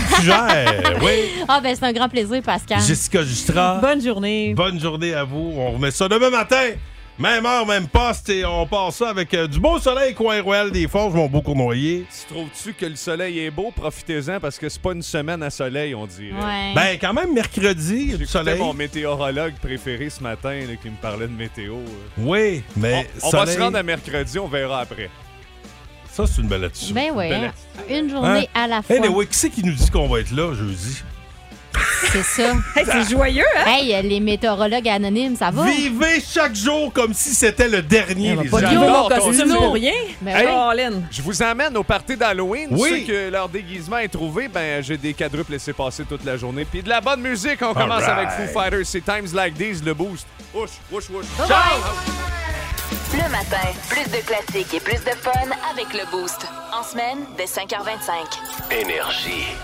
[SPEAKER 7] [LAUGHS]
[SPEAKER 3] Fugère, oui.
[SPEAKER 7] Ah, ben c'est un grand plaisir, Pascal.
[SPEAKER 3] Jessica Justra.
[SPEAKER 8] Bonne journée.
[SPEAKER 3] Bonne journée à vous. On remet ça demain matin. Même heure, même poste. Et on part ça avec euh, du beau soleil, coin royal des forges, mon beau cournoyer.
[SPEAKER 16] Tu trouves-tu que le soleil est beau? Profitez-en parce que c'est pas une semaine à soleil, on dirait.
[SPEAKER 7] Ouais.
[SPEAKER 3] Ben, quand même, mercredi, il y a du
[SPEAKER 16] J'écoutais
[SPEAKER 3] soleil.
[SPEAKER 16] mon météorologue préféré ce matin là, qui me parlait de météo. euh.
[SPEAKER 3] Oui, mais
[SPEAKER 16] On va
[SPEAKER 3] soleil,
[SPEAKER 16] se rendre à mercredi, on verra après.
[SPEAKER 3] ça, c'est une belle attitude.
[SPEAKER 7] Ben oui,
[SPEAKER 3] Belle
[SPEAKER 7] hein.
[SPEAKER 3] attitude.
[SPEAKER 7] une journée
[SPEAKER 3] Hein?
[SPEAKER 7] à la fois.
[SPEAKER 3] Anyway, qui c'est qui nous dit qu'on va être là jeudi?
[SPEAKER 7] C'est
[SPEAKER 3] [LAUGHS]
[SPEAKER 7] ça.
[SPEAKER 8] Ah.
[SPEAKER 7] c'est joyeux, hein? Hey, euh, les météorologues anonymes, ça va?
[SPEAKER 3] Vivez chaque jour comme si c'était le dernier, les
[SPEAKER 8] Pas
[SPEAKER 3] gens.
[SPEAKER 8] de mon
[SPEAKER 16] J'adore ton
[SPEAKER 8] costume
[SPEAKER 16] style.
[SPEAKER 8] pour rien.
[SPEAKER 7] Ben
[SPEAKER 16] Hey,
[SPEAKER 7] ouais.
[SPEAKER 16] je vous emmène au party d'Halloween.
[SPEAKER 3] Oui.
[SPEAKER 16] Ceux que leur déguisement est trouvé, ben j'ai des quadruples laissés passer toute la journée. Puis de la bonne musique, on commence
[SPEAKER 3] right.
[SPEAKER 16] avec Foo Fighters. C'est Times Like These, le boost. Ouch, ouch, ouch.
[SPEAKER 1] Le matin, plus de classiques et plus de fun avec le Boost. En semaine, dès 5h25.
[SPEAKER 2] Énergie.